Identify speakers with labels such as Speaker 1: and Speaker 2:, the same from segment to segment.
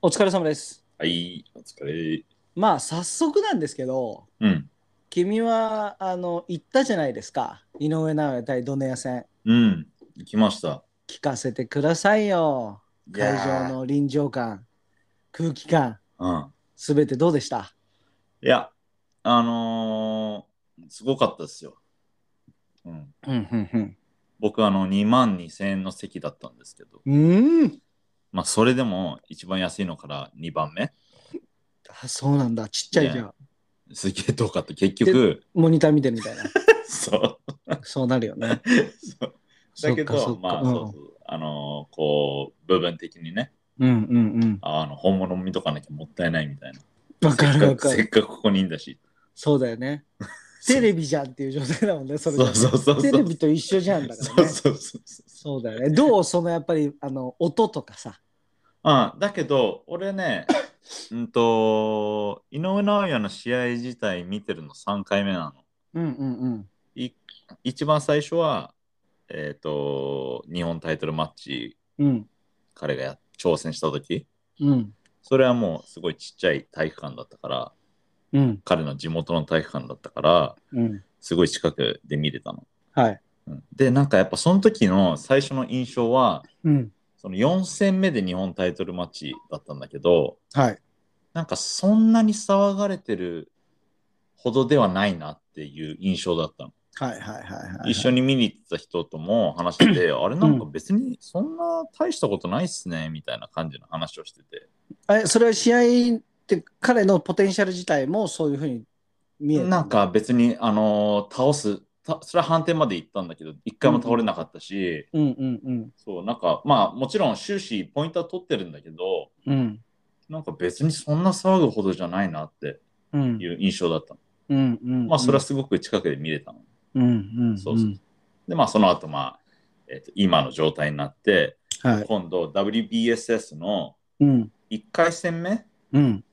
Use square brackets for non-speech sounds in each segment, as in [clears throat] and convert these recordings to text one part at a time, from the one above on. Speaker 1: お疲れ様です。
Speaker 2: はい、お疲れ。
Speaker 1: まあ早速なんですけど、
Speaker 2: うん。
Speaker 1: 君はあの言ったじゃないですか。井上尚弥対ドネア戦
Speaker 2: うん。行きました。
Speaker 1: 聞かせてくださいよ。会場の臨場感、空気感、
Speaker 2: の。
Speaker 1: すべてどうでした？
Speaker 2: うん。いや、あのーすごかったですよ。うん。
Speaker 1: うんうん
Speaker 2: 僕、あの、2万2000円の席だったんですけど、
Speaker 1: うん。うん。
Speaker 2: まあ、それでも一番安いのから2番目。
Speaker 1: あそうなんだ。ちっちゃいじゃん。
Speaker 2: すげえ遠かった。結
Speaker 1: [laughs]
Speaker 2: 局、
Speaker 1: モニター見てるみたいな。
Speaker 2: そう。
Speaker 1: そうなる [laughs] よね。
Speaker 2: そう [laughs] だ
Speaker 1: そっ
Speaker 2: け
Speaker 1: かそっ
Speaker 2: ど、
Speaker 1: か
Speaker 2: ま
Speaker 1: う
Speaker 2: あ、
Speaker 1: ん
Speaker 2: そうそう。あのーこう、部分的にね、
Speaker 1: うんうん
Speaker 2: あの本物見とかなきゃもったいないみたいな。
Speaker 1: うん。わかるわか
Speaker 2: せ
Speaker 1: る。
Speaker 2: っかくここにいんだし。
Speaker 1: そうだよ
Speaker 2: [laughs]
Speaker 1: ね。テレビじゃんっていう状態だもんね。そ
Speaker 2: そう
Speaker 1: れじゃ
Speaker 2: そうそうそう。
Speaker 1: テレビと一緒じゃんだからね。
Speaker 2: そうそうそうそう。
Speaker 1: そうだよね。どうそのやっぱりあの音とかさ。
Speaker 2: あだけど、俺 [coughs] ね、うんと、井上尚弥の試合自体見てるの3回目なの。
Speaker 1: うんうんうん。
Speaker 2: い一番最初は、えっ、と、日本タイトルマッチ、
Speaker 1: うん
Speaker 2: 彼がや挑戦した時
Speaker 1: うん
Speaker 2: それはもうすごいちっちゃい体育館だったから、
Speaker 1: うん
Speaker 2: 彼の地元の体育館だったから、
Speaker 1: うん。
Speaker 2: すごい近くで見れたの。
Speaker 1: はい。
Speaker 2: うんで、なんかやっぱその時の最初の印象は、
Speaker 1: うん。
Speaker 2: その4戦目で日本タイトルマッチだったんだけど、
Speaker 1: はい。
Speaker 2: なんかそんなに騒がれてるほどではないなっていう印象だったの。
Speaker 1: はいはいはいはい、
Speaker 2: 一緒に見に行ってた人とも話
Speaker 1: [clears throat]
Speaker 2: してて、あれなんか別にそんな大したことないっすねみたいな感じの話をしてて。
Speaker 1: えそれは試合って彼のポテンシャル自体もそういうふうに見える
Speaker 2: なんか別に、あのー倒すた、それは反転まで行ったんだけど、一回も倒れなかったし、
Speaker 1: うんうんうん
Speaker 2: そう、なんかまあもちろん終始ポイントは取ってるんだけど、
Speaker 1: うん
Speaker 2: なんか別にそんな騒ぐほどじゃないなって
Speaker 1: うん
Speaker 2: いう印象だったの。
Speaker 1: うんうん
Speaker 2: まあそれはすごく近くで見れたの。
Speaker 1: うんうんうん
Speaker 2: そうそうで、まあ、その後、まあ、えっと今の状態になって、
Speaker 1: はい
Speaker 2: 今度 WBSS の
Speaker 1: うん
Speaker 2: 1回戦目、
Speaker 1: うん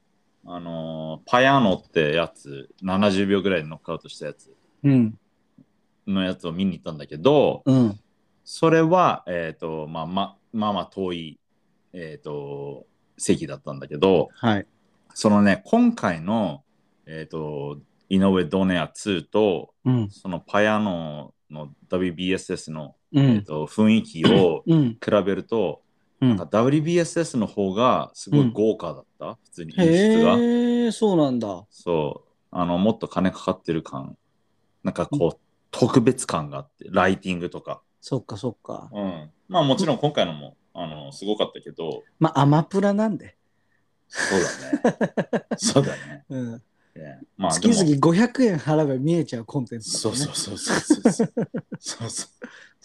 Speaker 2: あのーパヤノってやつ、70秒ぐらいでノックアウトしたやつ
Speaker 1: うん
Speaker 2: のやつを見に行ったんだけど、
Speaker 1: うん
Speaker 2: それは、えっ、と、まあ、ままあまあ遠い、えっ、と、席だったんだけど、
Speaker 1: はい
Speaker 2: そのね、今回の、えっ、と、井上ドネア2と、
Speaker 1: うん
Speaker 2: そのパヤノの WBSS の、
Speaker 1: う
Speaker 2: えっ
Speaker 1: ん
Speaker 2: と雰囲気を
Speaker 1: うん
Speaker 2: 比べると、
Speaker 1: う
Speaker 2: なん
Speaker 1: ん
Speaker 2: か WBSS の方がすごい豪華だった、普通に演出が。
Speaker 1: へえそうなんだ
Speaker 2: そうあのもっと金かかってる感なんかこう、特別感があってライティングとか、
Speaker 1: そっかそっか
Speaker 2: うん、まあもちろん今回のも、あのすごかったけど
Speaker 1: まあアマプラなんで、
Speaker 2: そうだ
Speaker 1: [laughs]
Speaker 2: ねそうだね、
Speaker 1: うん、
Speaker 2: ねまあ
Speaker 1: 月
Speaker 2: でも
Speaker 1: 々500円払えば見えちゃうコンテンツだ
Speaker 2: そ
Speaker 1: も
Speaker 2: うん
Speaker 1: ね
Speaker 2: そうそうそうそうそうそう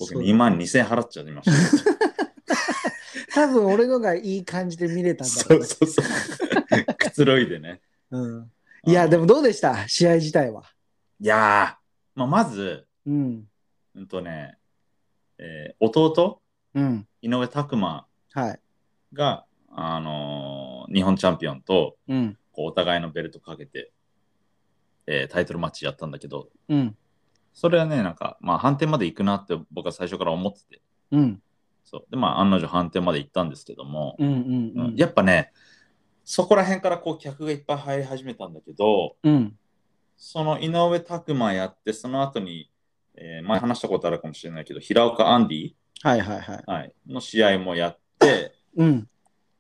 Speaker 2: 僕
Speaker 1: そう
Speaker 2: 2万2000円払っちゃい
Speaker 1: [laughs]
Speaker 2: ました
Speaker 1: 多分俺のがいい感じで見れたんだ
Speaker 2: そ
Speaker 1: ろう
Speaker 2: う
Speaker 1: ね
Speaker 2: そうそうくつろいでね
Speaker 1: うんいやでもどうでした試合自体は。
Speaker 2: いやー、まあ、まず
Speaker 1: うん
Speaker 2: うんとね、えー弟、
Speaker 1: うん
Speaker 2: 井上拓磨
Speaker 1: はい
Speaker 2: が、あのー日本チャンピオンと
Speaker 1: うん
Speaker 2: こうお互いのベルトかけて、えータイトルマッチやったんだけど、
Speaker 1: うん
Speaker 2: それはね、なんか、まあ、反転まで行くなって僕は最初から思ってて、
Speaker 1: うん
Speaker 2: そう。で、まあ、案の定反転まで行ったんですけども、
Speaker 1: うんうん
Speaker 2: う
Speaker 1: うんん
Speaker 2: やっぱね、そこら辺からこう客がいっぱい入り始めたんだけど、
Speaker 1: うん
Speaker 2: その井上拓磨やって、その後に、えー前話したことあるかもしれないけど、平岡アンディ、
Speaker 1: はいはいはい。
Speaker 2: はい、の試合もやって、
Speaker 1: うん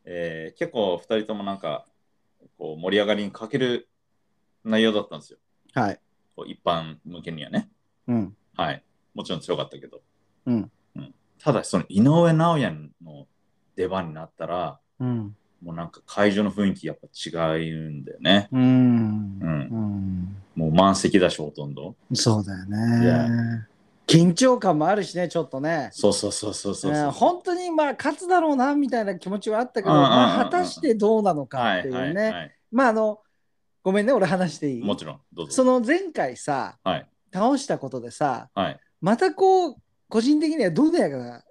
Speaker 2: えー結構2人ともなんかこう盛り上がりに欠ける内容だったんですよ。
Speaker 1: はい。
Speaker 2: こう一般向けにはね。
Speaker 1: うん
Speaker 2: はい。もちろん強かったけど。
Speaker 1: うん
Speaker 2: うんただ、その井上尚弥の出番になったら、
Speaker 1: うん
Speaker 2: もうなんか会場の雰囲気やっぱ違うんだよね。
Speaker 1: うん
Speaker 2: うん。
Speaker 1: うん
Speaker 2: もう満席だし、ほとんど。
Speaker 1: そうだよ
Speaker 2: い
Speaker 1: ね。緊張感もあるしねちょっとね。
Speaker 2: そうそうそうそうそう
Speaker 1: ね
Speaker 2: そう。
Speaker 1: 本当にまあ勝つだろうなみたいな気持ちはあったけど、
Speaker 2: うんうんうんうん
Speaker 1: まあ、果たしてどうなの
Speaker 2: は
Speaker 1: かって
Speaker 2: い
Speaker 1: いうね、
Speaker 2: はいはい。
Speaker 1: まああのごめんね俺話していい
Speaker 2: もちろん、どう
Speaker 1: そ
Speaker 2: ぞ。
Speaker 1: の前回さ
Speaker 2: はい
Speaker 1: 倒したことでさ
Speaker 2: はい。
Speaker 1: またこう個人的にはドネアが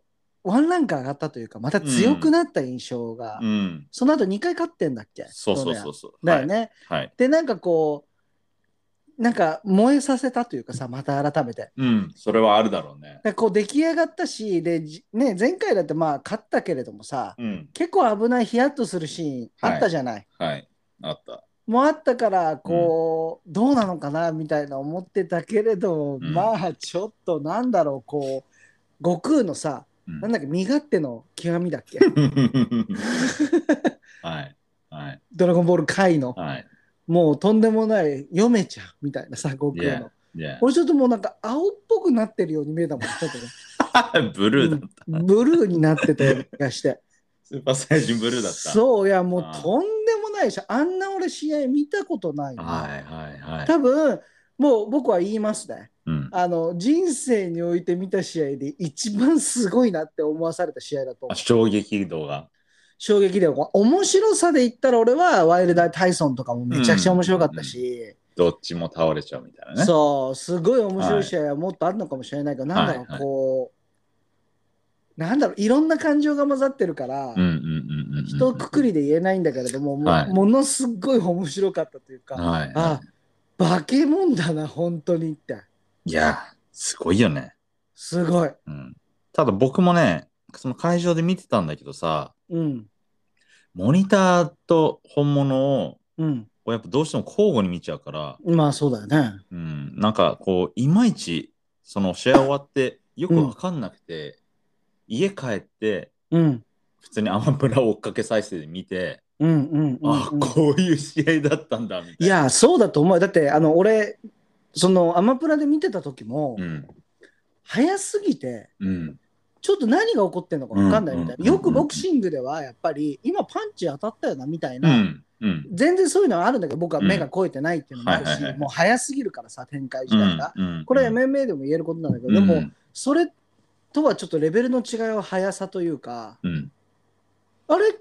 Speaker 1: ワンランク上がったというかまた強くなった印象が、
Speaker 2: うん。
Speaker 1: その後2回勝ってんだっけ
Speaker 2: そうそうそううそう。
Speaker 1: だよね、
Speaker 2: はい。
Speaker 1: でなんかこうなんか燃えさせたというかさ、また改めて。
Speaker 2: うん、それはあるだろうね。
Speaker 1: でこう出来上がったし、で、じね、前回だってまあ勝ったけれどもさ、
Speaker 2: うん、
Speaker 1: 結構危ないヒヤッとするシーンあったじゃない。
Speaker 2: はい、あった。
Speaker 1: もあったから、こう、どうなのかなみたいな思ってたけれど、
Speaker 2: うん
Speaker 1: まあちょっとなんだろう、こう、悟空のさ、
Speaker 2: うん
Speaker 1: なんだっけ、身勝手の極みだっけ [laughs]
Speaker 2: はい、はい、
Speaker 1: ドラゴンボール界の、
Speaker 2: はい。
Speaker 1: もうとんでもない、読めちゃうみたいなさ、悟空の。
Speaker 2: Yeah. いや、
Speaker 1: 俺ちょっともうなんか青っぽくなってるように見えたもん、ちょっとね。
Speaker 2: ブルーだった。
Speaker 1: うんブルーになってたような気がして。
Speaker 2: スーパーサイヤ [laughs] 人ブルーだった。
Speaker 1: そういやもう
Speaker 2: あー
Speaker 1: とんでもないしあんな俺試合見たことないな、
Speaker 2: はい、はい、はい。
Speaker 1: 多分もう僕は言いますね
Speaker 2: うん。
Speaker 1: あの人生において見た試合で一番すごいなって思わされた試合だと思
Speaker 2: あ
Speaker 1: う
Speaker 2: 衝撃動画。
Speaker 1: 衝撃で面白さで言ったら俺はワイルダー・タイソンとかもめちゃくちゃ面白かったし、
Speaker 2: どっちも倒れちゃうみたいなね。
Speaker 1: そうすごい面白い試合はもっとあるのかもしれないけど、なんだろう、
Speaker 2: はいはい
Speaker 1: こうなんだろういろんな感情が混ざってるから、
Speaker 2: うんうんうんうんうん。
Speaker 1: 一括りで言えないんだけれども、も
Speaker 2: はい
Speaker 1: ものすごい面白かったというか、
Speaker 2: はい。
Speaker 1: あ化け物だな本当にって
Speaker 2: いや、すごいよね。
Speaker 1: すごい
Speaker 2: うん。ただ僕もね、その会場で見てたんだけどさ、
Speaker 1: うん
Speaker 2: モニターと本物を、
Speaker 1: うん
Speaker 2: こうやっぱどうしても交互に見ちゃうから、
Speaker 1: まあそうだよね
Speaker 2: うん、なんかこう、いまいち、その試合終わって、よくわかんなくて、家帰って、
Speaker 1: うん
Speaker 2: 普通にアマプラを追っかけ再生で見て、
Speaker 1: うんうんうんうん
Speaker 2: あこういう試合だったんだ、みた
Speaker 1: い
Speaker 2: いな。
Speaker 1: やそうだと思うよだってあの俺そのアマプラで見てた時も、
Speaker 2: うん、
Speaker 1: 早すぎて
Speaker 2: うん、
Speaker 1: ちょっと何が起こってんのか分かんないみたい
Speaker 2: うん
Speaker 1: な、よくボクシングではやっぱり今パンチ当たったよなみたいうな、
Speaker 2: ん、うん、
Speaker 1: 全然そういうのはあるんだけど僕は目が超えてないっていうのもあるし、
Speaker 2: うんはいはいはい
Speaker 1: もう早すぎるからさ展開自
Speaker 2: う
Speaker 1: 体
Speaker 2: ん
Speaker 1: が、
Speaker 2: うん。
Speaker 1: これ
Speaker 2: うん
Speaker 1: MMA でも言えることなんだけど、で
Speaker 2: う
Speaker 1: も
Speaker 2: ん
Speaker 1: それとはちょっとレベルの違いは速さというか、
Speaker 2: うん、
Speaker 1: あれ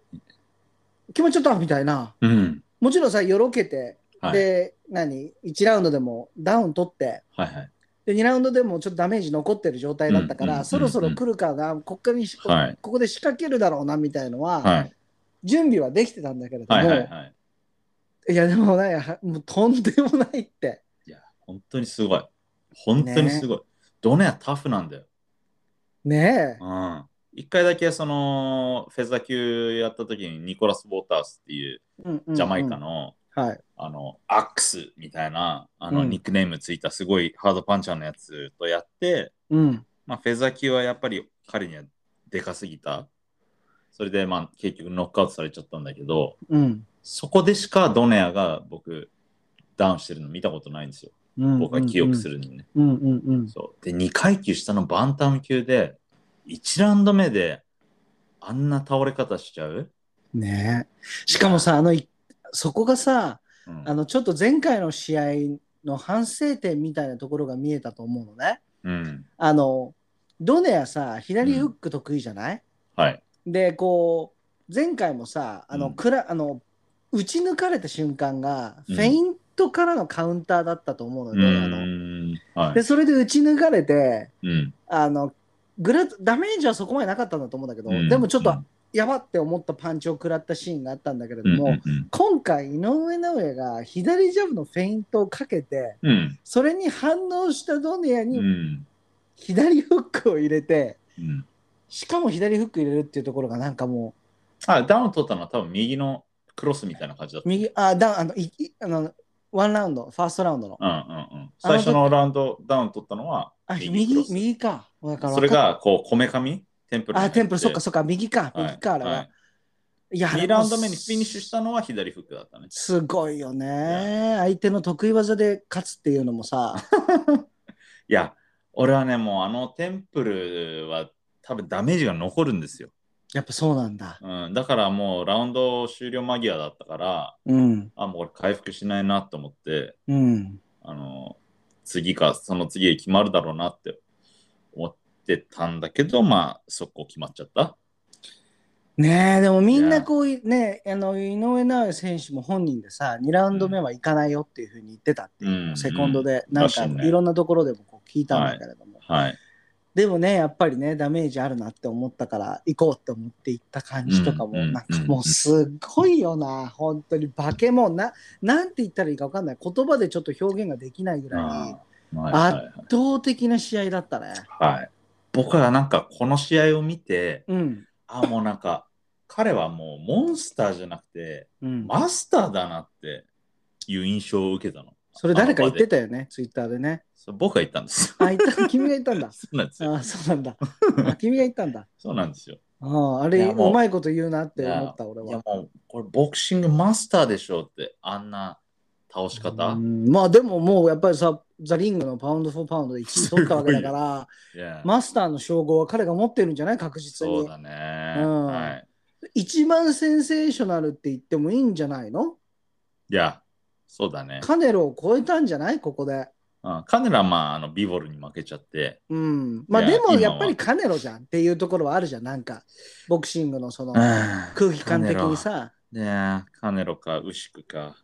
Speaker 1: 気持ちよかったみたいな。
Speaker 2: うん、
Speaker 1: もちろんさ、よろけて、
Speaker 2: はい、
Speaker 1: で、何 ?1 ラウンドでもダウン取って、
Speaker 2: はい、はい、
Speaker 1: で、2ラウンドでもちょっとダメージ残ってる状態だったか
Speaker 2: うんうんう
Speaker 1: ら、
Speaker 2: ん
Speaker 1: そろそろ来るかな、こっからにしこ
Speaker 2: はい
Speaker 1: ここで仕掛けるだろうな、みたいのは、
Speaker 2: はい、
Speaker 1: 準備はできてたんだけれど
Speaker 2: はい、はい、
Speaker 1: も、
Speaker 2: はい。
Speaker 1: いや、でもね、はもうとんでもないって。
Speaker 2: いや、本当にすごい。本当にすごい。ドネアタフなんだよ。
Speaker 1: ねえ。
Speaker 2: うん。一回だけそのフェザー級やった時にニコラス・ウォータースっていう
Speaker 1: うんうんうん
Speaker 2: ジャマイカ。の
Speaker 1: はい。
Speaker 2: あのアックスみたいなあの
Speaker 1: うん
Speaker 2: ニックネームついたすごいハードパンチャーのやつとやって、
Speaker 1: うん。
Speaker 2: まあ、フェザー級はやっぱり彼にはでかすぎた。それでまあ結局ノックアウトされちゃったんだけど、
Speaker 1: うん。
Speaker 2: そこでしかドネアが僕ダウンしてるの見たことないんですよ。僕は記憶す
Speaker 1: る。
Speaker 2: るにね。
Speaker 1: うんうんうん。
Speaker 2: そうで2階級下のバンタム級で1ラウンド目であんな倒れ方しちゃう、
Speaker 1: ねえしかもさあのいそこがさ
Speaker 2: うん、
Speaker 1: あのちょっと前回の試合の反省点みたいなところが見えたと思うのね
Speaker 2: うん
Speaker 1: あのドネアさ左フック得意じゃない、
Speaker 2: はい
Speaker 1: でこう前回もさあの、
Speaker 2: うん
Speaker 1: くらあの打ち抜かれた瞬間が
Speaker 2: う
Speaker 1: フ
Speaker 2: ん
Speaker 1: ェイントからのカウンターだったと思うの
Speaker 2: う
Speaker 1: で,、あの
Speaker 2: ーんはい
Speaker 1: でそれで打ち抜かれて
Speaker 2: うん
Speaker 1: あのグラダメージはそこまでなかったんだと思うんだけど、
Speaker 2: うん
Speaker 1: でもちょっ
Speaker 2: う
Speaker 1: と
Speaker 2: ん
Speaker 1: やばって思ったパンチを食らったシーンがあったんだけれ
Speaker 2: う
Speaker 1: ど
Speaker 2: ん
Speaker 1: も、
Speaker 2: うん
Speaker 1: 今回井上尚弥が左ジャブのフェイントをかけて
Speaker 2: うん
Speaker 1: それに反応したドネア
Speaker 2: うんう
Speaker 1: に
Speaker 2: ん
Speaker 1: 左フックを入れて
Speaker 2: うん
Speaker 1: しかも左フック入れるっていうところがなんかも
Speaker 2: あダウン取ったのは多分右のクロスみたいな感じだっ
Speaker 1: う
Speaker 2: た
Speaker 1: 右あだあのいいあのワンラウンドファーストラウンドの
Speaker 2: うんうんうん最初のラウンドダウン取ったのは
Speaker 1: あ
Speaker 2: クロ
Speaker 1: 右
Speaker 2: ス
Speaker 1: 右かだから
Speaker 2: それがこうこめかみテンプル
Speaker 1: あテンプルそっか
Speaker 2: そ
Speaker 1: そっか右か
Speaker 2: はい
Speaker 1: 右かあれは、
Speaker 2: はい
Speaker 1: いやあれも
Speaker 2: 2ラウンド目にフィニッシュしたのは左フックだったね
Speaker 1: すごいよね相手の得意技で勝つっていうのも
Speaker 2: [laughs]
Speaker 1: さ
Speaker 2: いや、俺はね、もうあのテンプルは多分ダメージが残るんですよ。
Speaker 1: やっぱそうなんだ
Speaker 2: うん、だからもうラウンド終了間際だったから、
Speaker 1: うん
Speaker 2: あ、もう俺回復しないなと思って、
Speaker 1: うん
Speaker 2: あの、次かその次へ決まるだろうなって思ってたんだけど、まあ、そこ決まっちゃった。
Speaker 1: ねえでもみん
Speaker 2: い
Speaker 1: な
Speaker 2: や
Speaker 1: こういねあの井上尚弥選手も本人でさ2ラウンド目は行かないよっていうふうに言ってたっていうのを
Speaker 2: うん
Speaker 1: セコンドでなん
Speaker 2: ら
Speaker 1: か
Speaker 2: しいね
Speaker 1: いろんなところでもこう聞いたんだけれども、
Speaker 2: はい。
Speaker 1: でもね、やっぱりね、ダメージあるなって思ったから、行こうって思って行った感じとかも、
Speaker 2: うんうん
Speaker 1: なんか
Speaker 2: うん
Speaker 1: もうすっごいよな、本当に化け物な、なんて言ったらいいか分かんない、言葉でちょっと表現ができないぐらい、
Speaker 2: あはいはいはい
Speaker 1: 圧倒的な試合だったね。
Speaker 2: はい、僕はなんかこの試合を見て
Speaker 1: うん。
Speaker 2: あもうなんか彼はもうモンスターじゃなくて
Speaker 1: うん、
Speaker 2: マスターだなっていう印象を受けたの
Speaker 1: それ誰か言って
Speaker 2: た
Speaker 1: たよね、ツイッターでね。
Speaker 2: 僕が言ったんです。
Speaker 1: あ、いた、君が言ったんだ
Speaker 2: [laughs] そうなんです
Speaker 1: あ
Speaker 2: よ
Speaker 1: あ、そうなんだ。あ君が言ったんだ。
Speaker 2: そうなんですよ
Speaker 1: ああ、あ
Speaker 2: い
Speaker 1: れ、
Speaker 2: やもう
Speaker 1: うまいこと言うなって思った、俺
Speaker 2: いや
Speaker 1: は。
Speaker 2: もうこれボクシングマスターでしょうってあんな倒し方
Speaker 1: うんまあでももうやっぱりさ、ザ・リングのパウンド・フォー・パウンドで1位取ったわけだから、
Speaker 2: いや
Speaker 1: マスターの称号は彼が持ってるんじゃない確実
Speaker 2: そう
Speaker 1: に。
Speaker 2: だね、
Speaker 1: うん
Speaker 2: はい
Speaker 1: 一番センセーショナルって言ってもいいんじゃないの
Speaker 2: いやそうだね
Speaker 1: カネロを超えたんじゃないここで。
Speaker 2: うんカネラはまああのビボルに負けちゃって
Speaker 1: うん。まあ
Speaker 2: いや
Speaker 1: でも
Speaker 2: 今は
Speaker 1: やっぱりカネロじゃんっていうところはあるじゃん。なんか、ボクシングのその空気感的にさ、
Speaker 2: ねえカネロかウシクか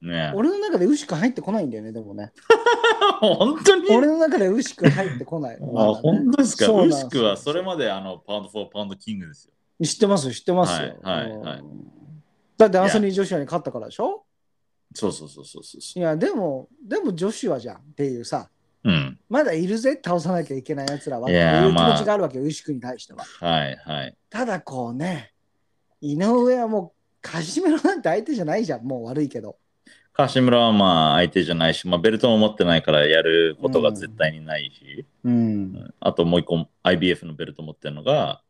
Speaker 2: ねえ
Speaker 1: 俺の中でウシク入ってこないんだよね、でもね。
Speaker 2: [laughs] 本当に
Speaker 1: 俺の中でウシク入ってこない。
Speaker 2: あ
Speaker 1: まだね
Speaker 2: 本当ですか
Speaker 1: そうなん
Speaker 2: ウ
Speaker 1: ですよ
Speaker 2: シクはそれまであのパウンドフォーパウンドキングですよ
Speaker 1: 知ってますよ知ってますよ。
Speaker 2: はいはいはい
Speaker 1: うんだってアンソニー・ジョシュアに勝ったからでしょ
Speaker 2: そうそうそうそうそう
Speaker 1: いや、でも、でもジョシュアじゃんっていうさ、
Speaker 2: うん
Speaker 1: まだいるぜ、倒さなきゃいけないやつらはっ
Speaker 2: い
Speaker 1: て
Speaker 2: やー
Speaker 1: いう気
Speaker 2: まあ
Speaker 1: 持ちがあるわけよ、ウシクに対しては。
Speaker 2: はいはい
Speaker 1: ただこうね、井上はもう、カジメロなんて相手じゃないじゃん、もう悪いけど。
Speaker 2: カシムラはまあ相手じゃないし、まあ、ベルトも持ってないからやることが絶対にないし、
Speaker 1: うん。
Speaker 2: あともう一個 IBF のベルト持ってるのが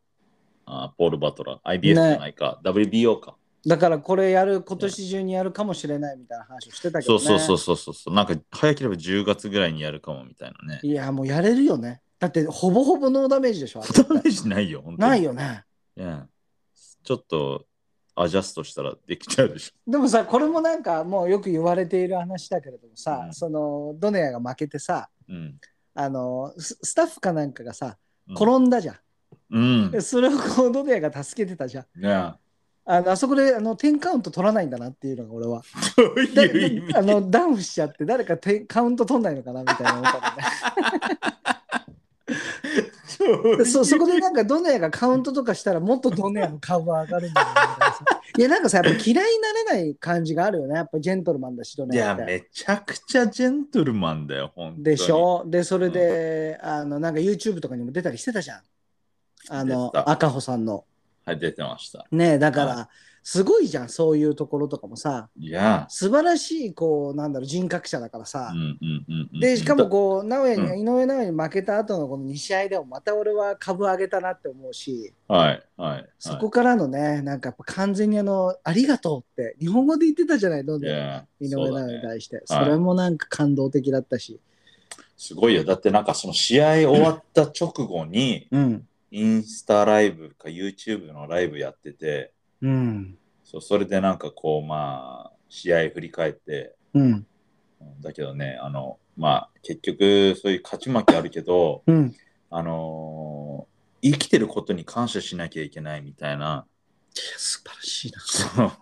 Speaker 2: あポール・バトラー IBF じゃないか、WBO か
Speaker 1: だからこれやる、今年中にやるかもしれないみたいな話をしてたけど、
Speaker 2: そう
Speaker 1: ね。
Speaker 2: そうそうそうそうなんか早ければ10月ぐらいにやるかもみたいなね
Speaker 1: いや、もうやれるよね。だって、ほぼほぼノーダメージでしょ、あれ
Speaker 2: ダメージないよ本当に
Speaker 1: ないよね。
Speaker 2: うんちょっとアジャストしたらできちゃうでしょ
Speaker 1: でもさこれもなんかもうよく言われている話だけれどもさ、
Speaker 2: うん
Speaker 1: そのドネアが負けてさ
Speaker 2: うん、
Speaker 1: あのススタッフかなんかがさ
Speaker 2: うん
Speaker 1: 転んだじゃん、
Speaker 2: うん
Speaker 1: でそれをこうドネアが助けてたじゃん
Speaker 2: ね
Speaker 1: あのあそこであの10カウント取らないんだなっていうのが俺は
Speaker 2: どういう意
Speaker 1: で
Speaker 2: 味
Speaker 1: であのダウンしちゃって誰かテンカウント取んないのかなみたいな思ったのねで
Speaker 2: [laughs]
Speaker 1: そそこでなんかドネアがカウントとかしたらもっとドネアの顔が上がるんだよねみたいなさいやなんかさやっぱ嫌いになれない感じがあるよねやっぱジェントルマンだしド
Speaker 2: い
Speaker 1: ネア
Speaker 2: や
Speaker 1: って。
Speaker 2: めちゃくちゃジェントルマンだよ本当に
Speaker 1: でしょで、それで、あの、なんか YouTube とかにも出たりしてたじゃん。あの、
Speaker 2: 出てた
Speaker 1: 赤穂さんの。
Speaker 2: はい出てました
Speaker 1: ねえだから、
Speaker 2: は
Speaker 1: すごいじゃん、そういうところとかもさ。
Speaker 2: いや
Speaker 1: 素晴らしい、こう、なんだろう、人格者だからさ。
Speaker 2: うんうんうんうん
Speaker 1: で、しかもこう、直哉
Speaker 2: う
Speaker 1: に、井上直哉に負けた後のこの2試合でも、また俺は株上げたなって思うし、
Speaker 2: はいはい
Speaker 1: そこからのね、なんかやっぱ完全にあの、ありがとうって、日本語で言ってたじゃない、どんどん。
Speaker 2: や
Speaker 1: 井上直哉に対して。そ,、
Speaker 2: はい
Speaker 1: れもなんか感動的だったし。
Speaker 2: すごいよ。だってなんかその試合終わった直後に、
Speaker 1: うん。
Speaker 2: インスタライブか YouTube のライブやってて、
Speaker 1: うん。
Speaker 2: そうそれでなんかこうまあ、試合振り返って、
Speaker 1: うん。
Speaker 2: うんだけどね、あの、まあ結局そういう勝ち負けあるけど、
Speaker 1: うん。
Speaker 2: あのー生きてることに感謝しなきゃいけないみたいな、 [laughs]
Speaker 1: 素晴らしいな。
Speaker 2: その、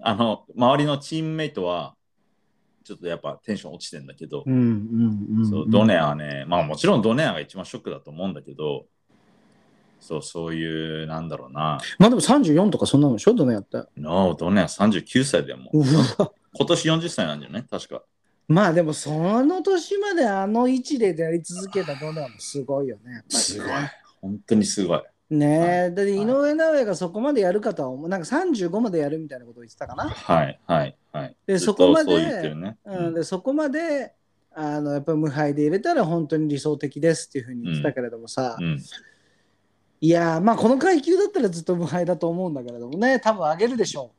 Speaker 2: あの、周りのチームメイトは、ちょっとやっぱテンション落ちてんだけど、そうドネアはね、まあもちろんドネアが一番ショックだと思うんだけど、そう、そういう、なんだろうな、
Speaker 1: まあでも34とかそんなのでしょドネア
Speaker 2: [laughs]
Speaker 1: って。
Speaker 2: No、ドネア39歳だよ、もう。
Speaker 1: うわ
Speaker 2: 今年40歳なんじゃない確か。
Speaker 1: まあでもその年まであの位置でやり続けたドネアもすごいよね。やっぱりね
Speaker 2: すごい。本当にすごい。
Speaker 1: ねえ、
Speaker 2: は
Speaker 1: だって井上尚弥がそこまでやるかとは思う。なんか35までやるみたいなことを言ってたかな。
Speaker 2: はい、はい、はい。
Speaker 1: で
Speaker 2: ずっ
Speaker 1: そことまで
Speaker 2: そう言ってるね。
Speaker 1: うん、
Speaker 2: うん
Speaker 1: でそこまであのやっぱり無敗で入れたら本当に理想的ですっていうふうに言ってたけれどもさ、
Speaker 2: うん、
Speaker 1: いやーまあこの階級だったらずっと無敗だと思うんだけれどもね多分上げるでしょ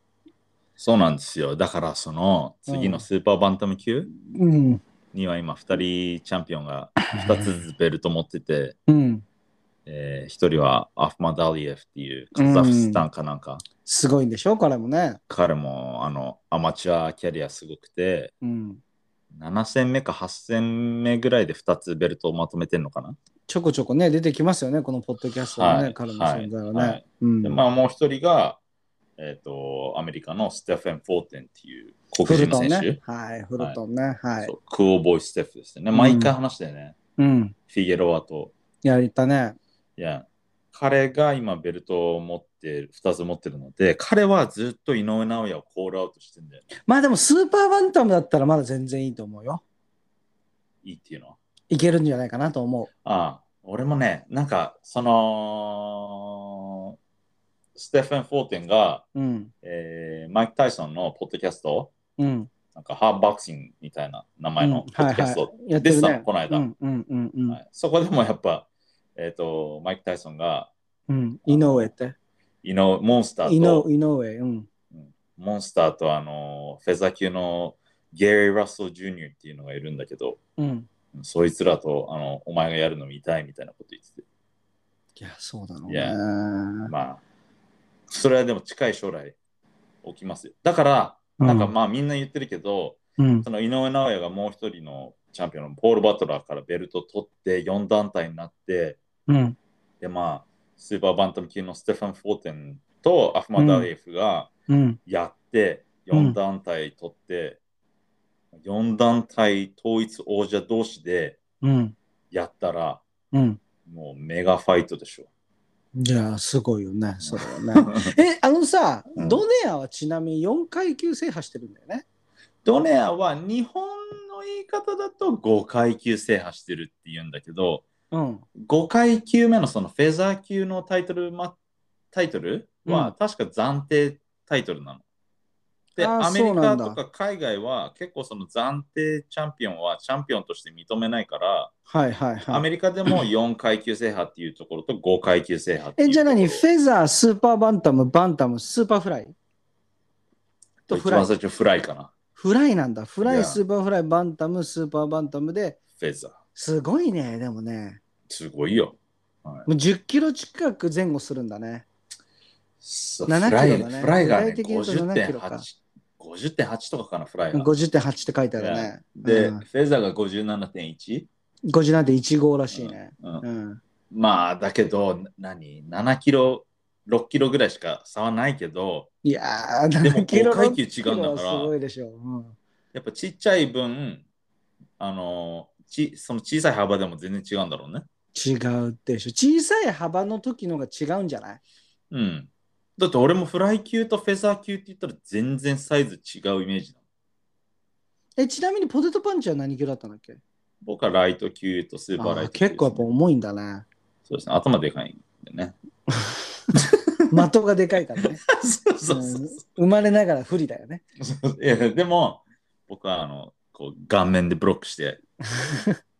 Speaker 2: そうなんですよ。だから、その次のスーパーバンタム級
Speaker 1: う。うん
Speaker 2: には今、2人チャンピオンが2つずつベルト持ってて、
Speaker 1: うん、
Speaker 2: えー、1人はアフマダリエフっていうカザフスタンかなんか、
Speaker 1: すごいんでしょ彼もね。
Speaker 2: 彼もあのアマチュアキャリアすごくて
Speaker 1: うん
Speaker 2: 7戦目か8戦目ぐらいで2つベルトをまとめてんのかな、
Speaker 1: ちょこちょこね、出てきますよね、このポッドキャストはね、
Speaker 2: はい
Speaker 1: 彼の存在はね。
Speaker 2: はいはい
Speaker 1: うん
Speaker 2: でまあもう一人が、えっとアメリカのステフェン・フォーテンっていう
Speaker 1: フ
Speaker 2: 黒
Speaker 1: ル
Speaker 2: 人の
Speaker 1: トン
Speaker 2: 選手、
Speaker 1: ね。はい、フルトンね。はい。
Speaker 2: そうクオーボーイ・ステフですね毎回話だよね、
Speaker 1: うん。
Speaker 2: フィゲロアと
Speaker 1: やりたね。
Speaker 2: いや、彼が今ベルトを持って、2つ持ってるので、彼はずっと井上尚弥をコールアウトしてんだよ。
Speaker 1: まあでもスーパーバンタムだったらまだ全然いいと思うよ。
Speaker 2: いいっていうのは。
Speaker 1: いけるんじゃないかなと思
Speaker 2: ああ、俺もね、なんか、その、ステフェン・フォーテンが、
Speaker 1: う。うん。
Speaker 2: えーマイク・タイソンのポッドキャスト、
Speaker 1: うん。
Speaker 2: なんかハーフバクシングみたいな名前の
Speaker 1: うん
Speaker 2: ポッドキャスト、
Speaker 1: はいはいやってる
Speaker 2: 出てた
Speaker 1: ね
Speaker 2: の。この間
Speaker 1: うんうんうんうん。
Speaker 2: はいそこでもやっぱ、えっ、と、マイク・タイソンが、
Speaker 1: うん、井上って。
Speaker 2: you know, モンスタ
Speaker 1: 井
Speaker 2: ー
Speaker 1: 上
Speaker 2: と、
Speaker 1: 井上、うん。
Speaker 2: モンスターとあの、フェザー級のゲイリー・ラッソー・ジュニアっていうのがいるんだけど、
Speaker 1: うん。
Speaker 2: そいつらと、あの、お前がやるの見たいみたいなこと言ってて。
Speaker 1: いや、そうだろう
Speaker 2: いや
Speaker 1: ね。
Speaker 2: まあ、それはでも近い将来起きますよ。だから、なんかまあみんな言ってるけど、
Speaker 1: うん、
Speaker 2: その井上尚弥がもう一人のチャンピオンのポール・バトラーからベルト取って4団体になって、
Speaker 1: うん、
Speaker 2: でまあ、スーパーバンタム級のステファン・フォーテンとアフマダリエフが
Speaker 1: うん、
Speaker 2: やって、
Speaker 1: うん
Speaker 2: 4団体取って、4団体統一王者同士で
Speaker 1: うん、
Speaker 2: やったら、
Speaker 1: うん。
Speaker 2: もうメガファイトでしょ。
Speaker 1: じゃあ、すごいよね、それはね。
Speaker 2: [laughs]
Speaker 1: え、あのさ、
Speaker 2: うん
Speaker 1: ドネアはちなみに4階級制覇してるんだよね。
Speaker 2: ドネアは日本の言い方だと5階級制覇してるって言うんだけど、
Speaker 1: うん。
Speaker 2: 5階級目のそのフェザー級のタイトル、ま、タイトル
Speaker 1: うん
Speaker 2: は確か暫定タイトルなの。で、
Speaker 1: あー
Speaker 2: アメリカ
Speaker 1: そう
Speaker 2: と
Speaker 1: な
Speaker 2: か海外は結構その暫定チャンピオンはチャンピオンとして認めないから、
Speaker 1: はいはい
Speaker 2: ア
Speaker 1: はい。
Speaker 2: メリカ
Speaker 1: [clears throat]
Speaker 2: でも4階級制覇っていうところと5階級制覇っていう
Speaker 1: え、
Speaker 2: と
Speaker 1: じゃあ
Speaker 2: ころ
Speaker 1: 何フェザー、スーパーバンタム、バンタム、スーパーフライと
Speaker 2: 一
Speaker 1: フライ
Speaker 2: 番。最初フライかな。
Speaker 1: フライなんだ。フラ
Speaker 2: い
Speaker 1: イ、
Speaker 2: や
Speaker 1: スーパーフライ、バンタム、スーパーバンタムで、
Speaker 2: フェザー。
Speaker 1: すごいね、でもね。
Speaker 2: すごいよ。
Speaker 1: もう10キロ近く前後するんだね。
Speaker 2: そう
Speaker 1: 7
Speaker 2: フラ
Speaker 1: キロだ
Speaker 2: イ
Speaker 1: ね
Speaker 2: フライが
Speaker 1: フラ
Speaker 2: ね、
Speaker 1: イ的に言うと7キロか
Speaker 2: 50.8 50.8とかかな、フライが。
Speaker 1: 50.8って書いてあるね。
Speaker 2: で、
Speaker 1: うん
Speaker 2: フェザーが 57.1?
Speaker 1: 50なんて1号らしいね。
Speaker 2: うん
Speaker 1: うん。
Speaker 2: まあ、だけど、な何 ?7 キロ、6キロぐらいしか差はないけど、
Speaker 1: いやー、
Speaker 2: でも
Speaker 1: 7キロ
Speaker 2: こう階級違うんだか
Speaker 1: 6
Speaker 2: ら
Speaker 1: キロはすごいでしょ。うん
Speaker 2: やっぱちっちゃい分、あの、ちその小さい幅でも全然違うんだろうね。
Speaker 1: 違うでしょ。小さい幅の時のが違うんじゃない
Speaker 2: うん。だって俺もフライ級とフェザー級って言ったら全然サイズ違うイメージだ。
Speaker 1: え、ちなみにポテトパンチは何キロだったんだっけ
Speaker 2: 僕はライト級とスーパーライ
Speaker 1: あー
Speaker 2: ト級ですね、
Speaker 1: 結構やっぱ重いんだね。 [laughs]
Speaker 2: そうですね。頭でかいんでね。
Speaker 1: 的がでかいからね。
Speaker 2: [laughs] そうそうそう
Speaker 1: うん生まれながら不利だよね。
Speaker 2: いやでも僕はあのこう顔面でブロックして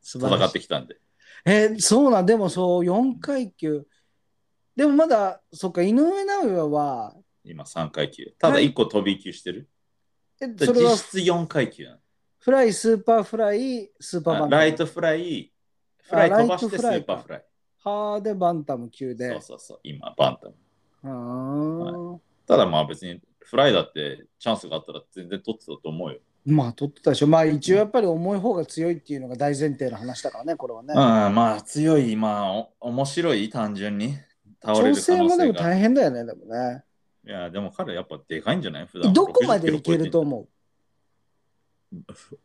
Speaker 1: 素晴
Speaker 2: 戦
Speaker 1: ら
Speaker 2: っ
Speaker 1: しい。
Speaker 2: てきたんで
Speaker 1: えーそうなん、でもそう、4階級。でもまだ、そっか、井上尚弥は、
Speaker 2: 今3階級ただ1個飛び級してる
Speaker 1: え
Speaker 2: で
Speaker 1: それは
Speaker 2: 実質4階級なの
Speaker 1: フライ、スーパーフライ、スーパーバンタム。
Speaker 2: ライトフライフライ飛ばしてスーパーフライ
Speaker 1: はーでバンタム級で。
Speaker 2: そうそうそう今バンタム
Speaker 1: あー
Speaker 2: ただまあ別にフライだってチャンスがあったら全然取ってたと思うよ、
Speaker 1: まあ取ってたでしょ。まあ一応やっぱり重い方が強いっていうのが大前提の話だからね、これはね
Speaker 2: うん。まあ強いまあお面白い単純に倒れる
Speaker 1: 調
Speaker 2: 可
Speaker 1: 整
Speaker 2: 能
Speaker 1: もで
Speaker 2: 性
Speaker 1: も
Speaker 2: が
Speaker 1: 大変だよね、でもね。
Speaker 2: いやでも彼やっぱでかいんじゃない普段
Speaker 1: どこまでいけると
Speaker 2: 60
Speaker 1: 思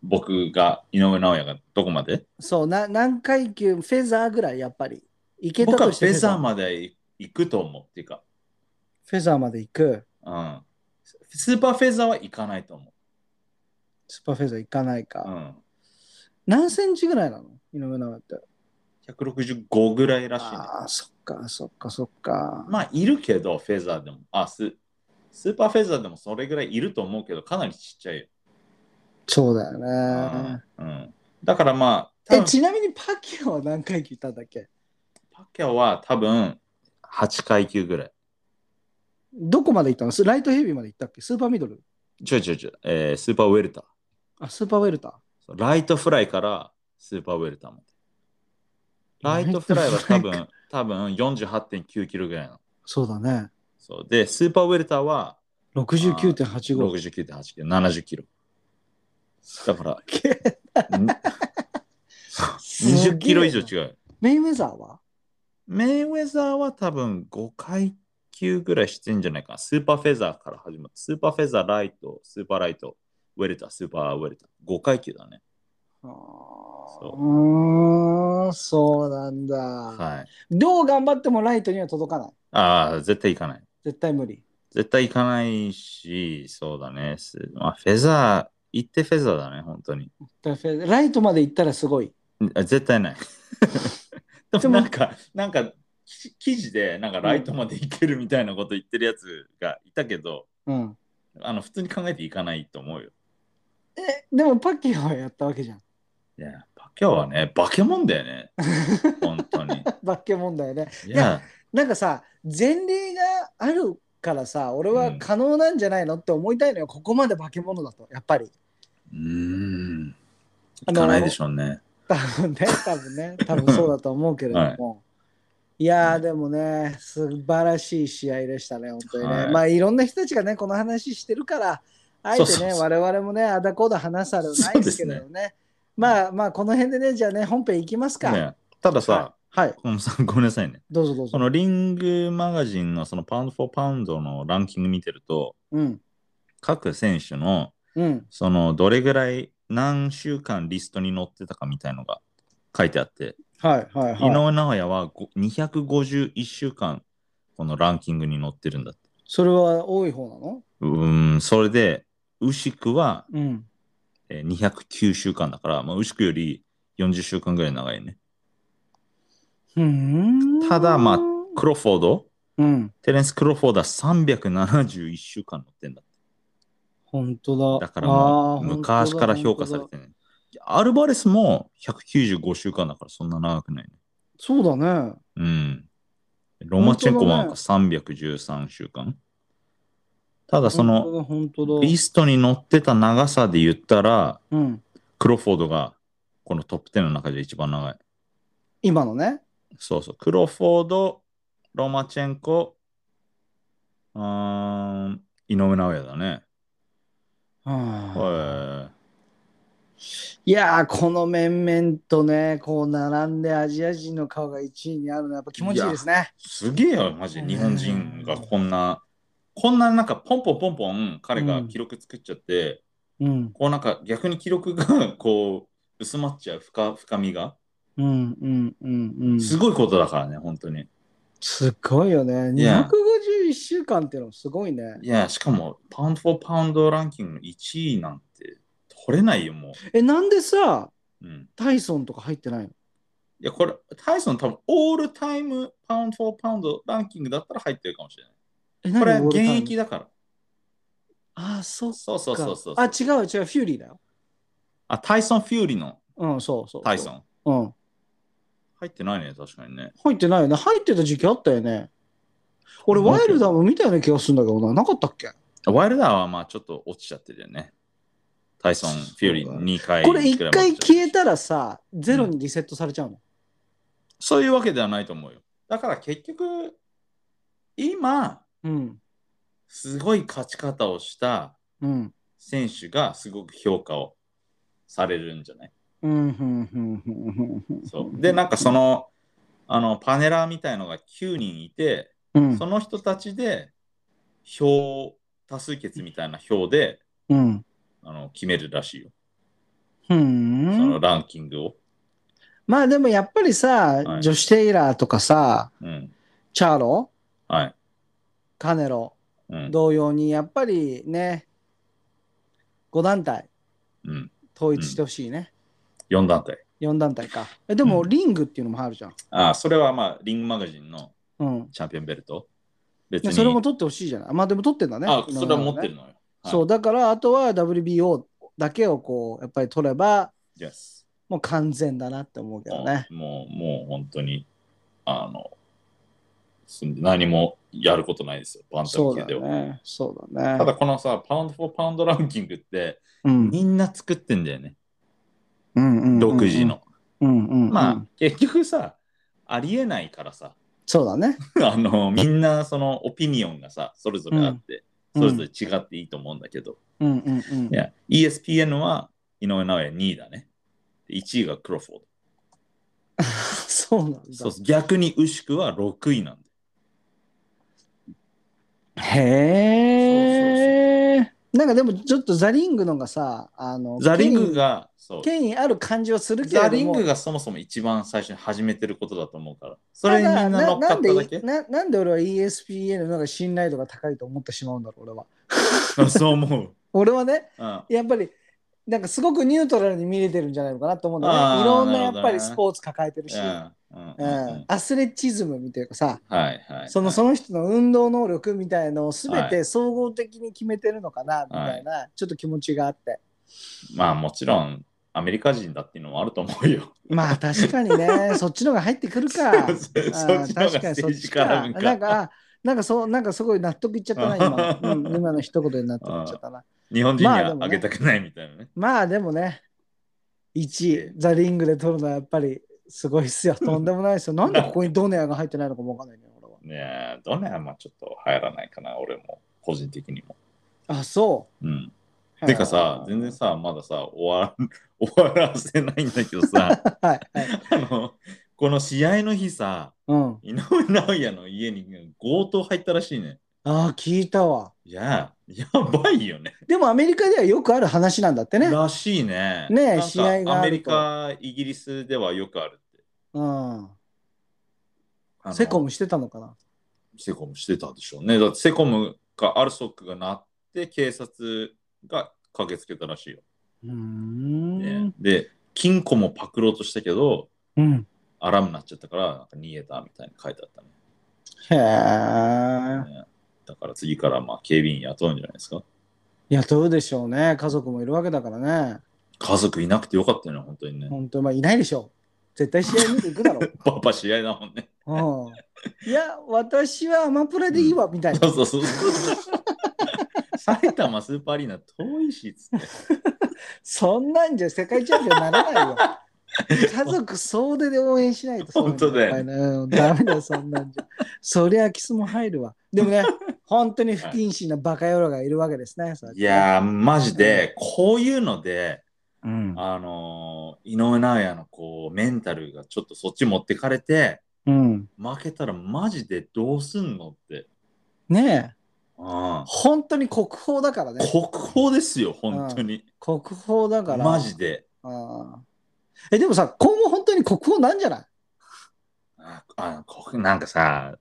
Speaker 2: 僕が井上尚弥がどこまで
Speaker 1: うそうな、何階級、フェザーぐらいやっぱり。いけた
Speaker 2: 僕は
Speaker 1: と
Speaker 2: フ
Speaker 1: して
Speaker 2: ェザーまで行くと思うっていうか、
Speaker 1: フェザーまで行く。
Speaker 2: うん、スーパーフェザーは行かないと思、
Speaker 1: スーパーフェザー行かないう
Speaker 2: う
Speaker 1: か。
Speaker 2: ん、
Speaker 1: 何センチぐらいなの井上尚弥って。
Speaker 2: 165ぐらいらしい、ね、
Speaker 1: ああ、そっか、そっか、そっか。
Speaker 2: まあいるけどフェザーでもあススーパーフェザーでもそれぐらいいると思うけどかなりちっちゃいよ、
Speaker 1: そうだよ
Speaker 2: う
Speaker 1: ね
Speaker 2: ん。うん、だからまあ多
Speaker 1: え、
Speaker 2: 分
Speaker 1: ちなみにパキオは何階級いたんだっけ
Speaker 2: パッキャオは多分8階級ぐらい
Speaker 1: どこまで行ったのスライトヘビーまで行ったっけスーパーミドル
Speaker 2: ちょいちょいちょい、えースーパーウェルター
Speaker 1: あ、スーパーウェルター。
Speaker 2: そうライトフライからスーパーウェルターまでライトフライは多分多分48.9キロぐらいなの
Speaker 1: そうだね。
Speaker 2: そうで、スーパーウェルターは
Speaker 1: 69.85。
Speaker 2: 69.8キロ、70キロ。だから、ん [laughs] 20キロ以上
Speaker 1: う。
Speaker 2: 違う。
Speaker 1: メインウェザーは
Speaker 2: メインウェザーは多分5階級ぐらいしてんじゃないかな。スーパーフェザーから始まって、スーパーフェザー、ライト、スーパーライト、ウェルター、スーパーウェルター。5階級だね。
Speaker 1: あー
Speaker 2: そう
Speaker 1: ーーそうなんだ。
Speaker 2: はい。
Speaker 1: どう頑張ってもライトには届かない。
Speaker 2: ああ、絶対行かない。
Speaker 1: 絶対無理。
Speaker 2: 絶対行かないし、そうだね。すまあ、フェザー、行ってフェザーだね、本当に。
Speaker 1: だからフェライトまで行ったらすごい。
Speaker 2: あ絶対ない。で
Speaker 1: で
Speaker 2: も
Speaker 1: も
Speaker 2: なんか、なんか、き記事で、なんかライトまで行けるみたいなこと言ってるやつがいたけど、
Speaker 1: うん。
Speaker 2: あの、普通に考えていかないと思うよ。
Speaker 1: え、でもパッキャオはやったわけじゃん。 [laughs]
Speaker 2: いや、バケはね、バケモンだよね。本
Speaker 1: [laughs]
Speaker 2: 当に。
Speaker 1: バッケ問題ね。
Speaker 2: い
Speaker 1: や
Speaker 2: や、
Speaker 1: なんかさ、前例があるからさ、俺は可能なんじゃないのって思いたいのよ。ここまで化け物だと、やっぱり。
Speaker 2: うーん。
Speaker 1: あ
Speaker 2: 行
Speaker 1: の
Speaker 2: かないでしょうね。
Speaker 1: [laughs] 多分ね、多分
Speaker 2: [laughs]
Speaker 1: ね、多分そうだと思うけれども。い、やーでもね、素晴らしい試合でしたね、本当にね。
Speaker 2: はい
Speaker 1: まあいろんな人たちがね、この話してるから、あえてね、
Speaker 2: そうそうそう
Speaker 1: 我々もね、あだこうだ話されないですけれど
Speaker 2: そ
Speaker 1: ね。まあまあ、この辺でね、じゃあね、本編いきますか。
Speaker 2: ねたださ、
Speaker 1: はい、はい
Speaker 2: このさんごめんなさいね。
Speaker 1: どうぞどう
Speaker 2: そ
Speaker 1: ぞ。
Speaker 2: のリングマガジンのそのパウンド・フォー・パウンドのランキング見てると、
Speaker 1: うん、
Speaker 2: 各選手の
Speaker 1: うん、
Speaker 2: そのどれぐらい何週間リストに載ってたかみたいのが書いてあって、
Speaker 1: はい、はい、
Speaker 2: 井
Speaker 1: はい。
Speaker 2: 上尚弥はご251週間このランキングに載ってるんだって。
Speaker 1: それは多い方なの
Speaker 2: うーん、それで、ウシクは
Speaker 1: うん。
Speaker 2: えー209週間だから、まあ、ウシクより40週間ぐらい長いね。
Speaker 1: うーん
Speaker 2: ただまあクロフォード、
Speaker 1: うん、
Speaker 2: テレンス・クロフォードは371週間載ってんだって。
Speaker 1: 本当だ。
Speaker 2: だからも
Speaker 1: あ
Speaker 2: う
Speaker 1: ー
Speaker 2: 昔から評価され。
Speaker 1: 本当だ本当だ
Speaker 2: てね。アルバレスも195週間だからそんな長くないね。
Speaker 1: そうだね。
Speaker 2: うん。ロマチェンコもなんか
Speaker 1: 本
Speaker 2: 313週間。ただその、
Speaker 1: 本当だ、本当だ
Speaker 2: リストに載ってた長さで言ったら、
Speaker 1: うん。
Speaker 2: クロフォードがこのトップ10の中で一番長い。
Speaker 1: 今のね。
Speaker 2: そうそう。クロフォード、ロマチェンコ、うーん、井上尚弥だね。はい
Speaker 1: やー、この面々とね、こう並んでアジア人の顔が1位にあるのはやっぱ気持ちいいですね。
Speaker 2: い。すげえよ、マジで。日本人がこんな、こんななんかポンポンポンポン彼が記録作っちゃって、
Speaker 1: うん、
Speaker 2: こうなんか逆に記録が [laughs] こう薄まっちゃう深深みが
Speaker 1: うん、うん、うん、うん。
Speaker 2: すごいことだからね、本当に
Speaker 1: すごいよね。
Speaker 2: Yeah
Speaker 1: 251週間っていうのもすごいね。
Speaker 2: いやしかもパウンド・フォー・パウンドランキングの1位なんて取れないよも
Speaker 1: え、なんでさ、
Speaker 2: う、うん、
Speaker 1: タイソンとか入ってないの
Speaker 2: いやこれタイソン多分オールタイムパウンド・フォー・パウンドランキングだったら入ってるかもしれない
Speaker 1: え、
Speaker 2: これ
Speaker 1: 何オ
Speaker 2: は
Speaker 1: ールタイム
Speaker 2: 現役だから
Speaker 1: あー、そう
Speaker 2: そうそう
Speaker 1: か
Speaker 2: そうそう
Speaker 1: あ、
Speaker 2: あ
Speaker 1: 違う違う、フューリーだよ。
Speaker 2: タイソン・フューリーの
Speaker 1: うん、そうそう。
Speaker 2: タイソ。ン
Speaker 1: うん。
Speaker 2: 入ってないね確かにね
Speaker 1: 入ってないよね。入ってた時期あったよね。俺、ワイルダーも見たような気がするんだけどな、なかったっけ
Speaker 2: ワイルダーはまあちょっと落ちちゃってるよねタイソン・フューリー2回
Speaker 1: これ一
Speaker 2: くらい
Speaker 1: 回
Speaker 2: 持っちゃってる
Speaker 1: 消えたらさ、ゼロにリセットされちゃうの。
Speaker 2: そういうわけではないと思うよ。だから結局、今、
Speaker 1: うん。
Speaker 2: すごい勝ち方をした
Speaker 1: うん。
Speaker 2: 選手がすごく評価をされるんじゃない
Speaker 1: うん。うん。うん。うん。
Speaker 2: そうで、なんかその、あのパネラーみたいのが9人いて、
Speaker 1: うん
Speaker 2: その人たちで票、多数決みたいな票で
Speaker 1: うん。
Speaker 2: あの決めるらしいよ。
Speaker 1: う
Speaker 2: その
Speaker 1: ん。
Speaker 2: ランキングを。
Speaker 1: まあでもやっぱりさ、
Speaker 2: はい
Speaker 1: ジョシュ・テイラーとかさ、
Speaker 2: うん。
Speaker 1: チャーロ、
Speaker 2: はい。
Speaker 1: カネロ
Speaker 2: うん。
Speaker 1: 同様に、やっぱりね、5団体
Speaker 2: うん、
Speaker 1: 統一してほしいね。
Speaker 2: 4段階。
Speaker 1: 4団体か。えでも、
Speaker 2: うん
Speaker 1: リングっていうのもあるじゃん。
Speaker 2: ああ、それはまあ、リングマガジンの
Speaker 1: うん。
Speaker 2: チャンピオンベルト。別
Speaker 1: で
Speaker 2: に。
Speaker 1: それも取ってほしいじゃない。まあでも取ってんだね。
Speaker 2: あ、
Speaker 1: 今
Speaker 2: それは
Speaker 1: まで
Speaker 2: 持
Speaker 1: ね
Speaker 2: ってるのよ。
Speaker 1: そう、だから、あとは WBO だけをこう、やっぱり取れば、
Speaker 2: う。Yes
Speaker 1: もう完全だなって思うけどね。
Speaker 2: もう、もう本当に、あの、す何もやることないですよ、バンタ
Speaker 1: そ
Speaker 2: ム
Speaker 1: う
Speaker 2: 級
Speaker 1: だ
Speaker 2: では。
Speaker 1: ね。そうだね。
Speaker 2: ただこのさ、パウンド・フォー・パウンドランキングって、
Speaker 1: うん、
Speaker 2: みんな作ってんだよね、
Speaker 1: うんうんうんうん
Speaker 2: 独自。の。
Speaker 1: うんうんうん、
Speaker 2: まあ、結局さ、ありえないからさ、 [laughs]
Speaker 1: そうだね。
Speaker 2: あの、みんなそのオピニオンがさ、それぞれあって、
Speaker 1: うん
Speaker 2: それぞれ違っていいと思うんだけど、
Speaker 1: うんうんうん
Speaker 2: い。や、ESPN は井上尚弥2位だね。1位がクロフォード。
Speaker 1: そうなんだ。
Speaker 2: そうそう逆にウシクは6位なんだよ
Speaker 1: へえ。なんかでもちょっとザリングのがさ、あの、
Speaker 2: ザリングが、そう。
Speaker 1: 権威、権威ある感じをするけれど
Speaker 2: ザ
Speaker 1: も。
Speaker 2: リングがそもそも一番最初に始めてることだと思うから。それにみんな乗っかっただけ
Speaker 1: なななんで俺は ESPN の方が信頼度が高いと思ってしまうんだろう、俺は。
Speaker 2: うん [laughs] そう思う。
Speaker 1: 俺はね、
Speaker 2: うん。あ
Speaker 1: やっぱり、なんかすごくニュートラルに見れてるんじゃないのかなと思うんだよ
Speaker 2: あー
Speaker 1: ね。いろんな
Speaker 2: な
Speaker 1: や
Speaker 2: る
Speaker 1: っ
Speaker 2: ほどね
Speaker 1: ぱりスポーツ抱えてるし、
Speaker 2: うん
Speaker 1: う
Speaker 2: うんん
Speaker 1: アスレチズムみたいなさ、
Speaker 2: はいはい。
Speaker 1: そのその人の運動能力みたいのを全
Speaker 2: は
Speaker 1: て総合的に決めてるのかなみたいな、ちょっと気持ちがあ
Speaker 2: [laughs]
Speaker 1: って
Speaker 2: まあもちろんアメリカ人だっていうのもあると思うよ。
Speaker 1: まあ確かにねそっちのが入ってくるか
Speaker 2: [laughs] そっちの方
Speaker 1: [laughs] あ
Speaker 2: が
Speaker 1: ー確かにそっ
Speaker 2: 政
Speaker 1: ち
Speaker 2: 治
Speaker 1: かな
Speaker 2: 家なんん
Speaker 1: か
Speaker 2: か
Speaker 1: なんかあなんかそうなんかすごい納得いっちゃ
Speaker 2: [laughs]
Speaker 1: ったな今の、うん、今の一言で納得いっちゃったな
Speaker 2: 日本人に
Speaker 1: まあで
Speaker 2: は
Speaker 1: もね
Speaker 2: あげたくないみたいなね。
Speaker 1: まあでもね1位ザリングで取るのはやっぱりすごいっす
Speaker 2: [laughs]
Speaker 1: よとんでもないっすよなんでここにドネアが入ってないのかもわかんないね俺は
Speaker 2: ねえ、どねまあちょっと流行らないかな、俺も、個人的にも。
Speaker 1: あそ
Speaker 2: うん。
Speaker 1: う
Speaker 2: てかさ、全然さ、まださ、終わ [laughs] 終わらせないんだけど
Speaker 1: [laughs]
Speaker 2: さ、
Speaker 1: はいはい
Speaker 2: あの、この試合の日さ、
Speaker 1: うん
Speaker 2: 井上尚弥の家に強盗入ったらしいね。
Speaker 1: ああ聞いたわ
Speaker 2: いや、やばいよね。
Speaker 1: でもアメリカではよくある話なんだってね。
Speaker 2: らしいね。
Speaker 1: ねえ
Speaker 2: なんか
Speaker 1: 試合があ
Speaker 2: アメ
Speaker 1: る
Speaker 2: リ
Speaker 1: と
Speaker 2: カ、イギリスではよくあるって
Speaker 1: うん。
Speaker 2: あの。
Speaker 1: セコムしてたのかな。
Speaker 2: セコムしてたでしょうね。だってセコムがアルソックが鳴って警察が駆けつけたらしいよ。
Speaker 1: うー
Speaker 2: ね
Speaker 1: ん。
Speaker 2: で、金庫もパクろうとしたけど、
Speaker 1: うん。
Speaker 2: アラーム鳴っちゃったからなんか逃げたみたいに書いてあったね。
Speaker 1: へえ。
Speaker 2: ねだから次からまあ警備員雇うんじゃないですか。
Speaker 1: 雇うでしょうね。家族もいるわけだからね。
Speaker 2: 家族いなくてよかったよね、本当にね。
Speaker 1: 本当まあいないでしょう。絶対試合見ていくだろ
Speaker 2: [laughs] パパ試合だもんね。
Speaker 1: う。うん。いや、私はアマプラでいいわ、みたいな
Speaker 2: そ。うそ
Speaker 1: [laughs]
Speaker 2: うそうそう。埼玉スーパーアリーナ遠いしっつって。
Speaker 1: そんなんじゃ世界チャンピオンなら
Speaker 2: [laughs]
Speaker 1: ないよ。家族総出で応援しないと
Speaker 2: 本当だよ
Speaker 1: そうなんだようんダメだよ、そんなんじゃ。そりゃ、キスも入るわ。でも
Speaker 2: [laughs]
Speaker 1: ね、本当に不謹慎なバカ野郎がいるわけですね。そうやって
Speaker 2: いやー、マジで、こういうので、
Speaker 1: うん。
Speaker 2: あのー井上尚弥のこうメンタルがちょっとそっち持ってかれて
Speaker 1: うん。
Speaker 2: 負けたらマジでどうすんのって、
Speaker 1: ねえ、
Speaker 2: うん、
Speaker 1: 本当に国宝だからね。
Speaker 2: 国宝ですよ本当に、
Speaker 1: 国宝だから。
Speaker 2: マジで
Speaker 1: あーえ、でもさ、今後本当に国宝なんじゃない
Speaker 2: ああ国なんかさ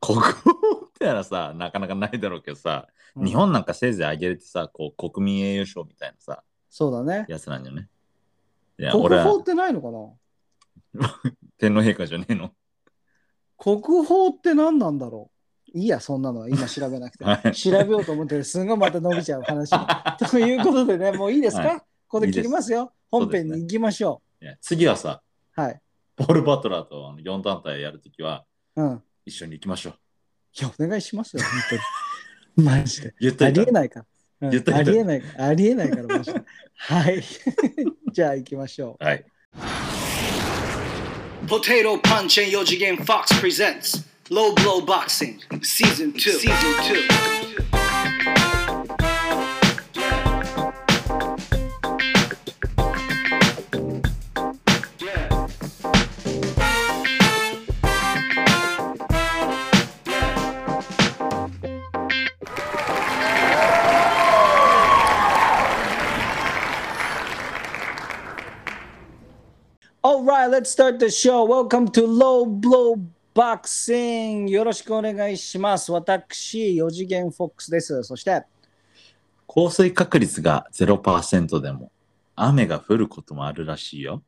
Speaker 2: 国宝ってやらさなかなかないだろうけどさ、日本なんかせいぜいあげれてさこう国民栄誉賞みたいなさ
Speaker 1: そうだね。
Speaker 2: やつなんじゃねいや
Speaker 1: 国
Speaker 2: 俺
Speaker 1: 宝
Speaker 2: は
Speaker 1: ってないのかな
Speaker 2: 天皇陛下じゃねえの
Speaker 1: 国宝って何なんだろういいや、そんなのは今調べなくて。
Speaker 2: はい
Speaker 1: 調べようと思ってるすんごいまた伸びちゃう
Speaker 2: [laughs]
Speaker 1: 話が。ということでね、もういいですか、
Speaker 2: はい
Speaker 1: ここで切りますよ。本編に行きましょ
Speaker 2: いや次はさ
Speaker 1: う。はい。
Speaker 2: ポール・バトラーとあの4団体やるときは
Speaker 1: うん。
Speaker 2: 一緒に行きましょう
Speaker 1: いや、お願いしますよ、本当
Speaker 2: [laughs]
Speaker 1: に。マジで。
Speaker 2: 言っと
Speaker 1: あ
Speaker 2: い
Speaker 1: り
Speaker 2: た
Speaker 1: えないから。うん
Speaker 2: 言っといた
Speaker 1: ありえないから。ありえないから、マジで。
Speaker 2: [laughs]
Speaker 1: はい。じゃあ行きましょ
Speaker 2: はい
Speaker 3: Potato Punch and Yoji Game Fox presents Low Blow Boxing Season 2. Season 2.
Speaker 1: う。Alright, let's start the show. Welcome to Low Blow Boxing. よろしくお願いします。私、四次元フォックスです。そして、
Speaker 2: 降水確率が0%でも雨が降ることもあるらしいよ。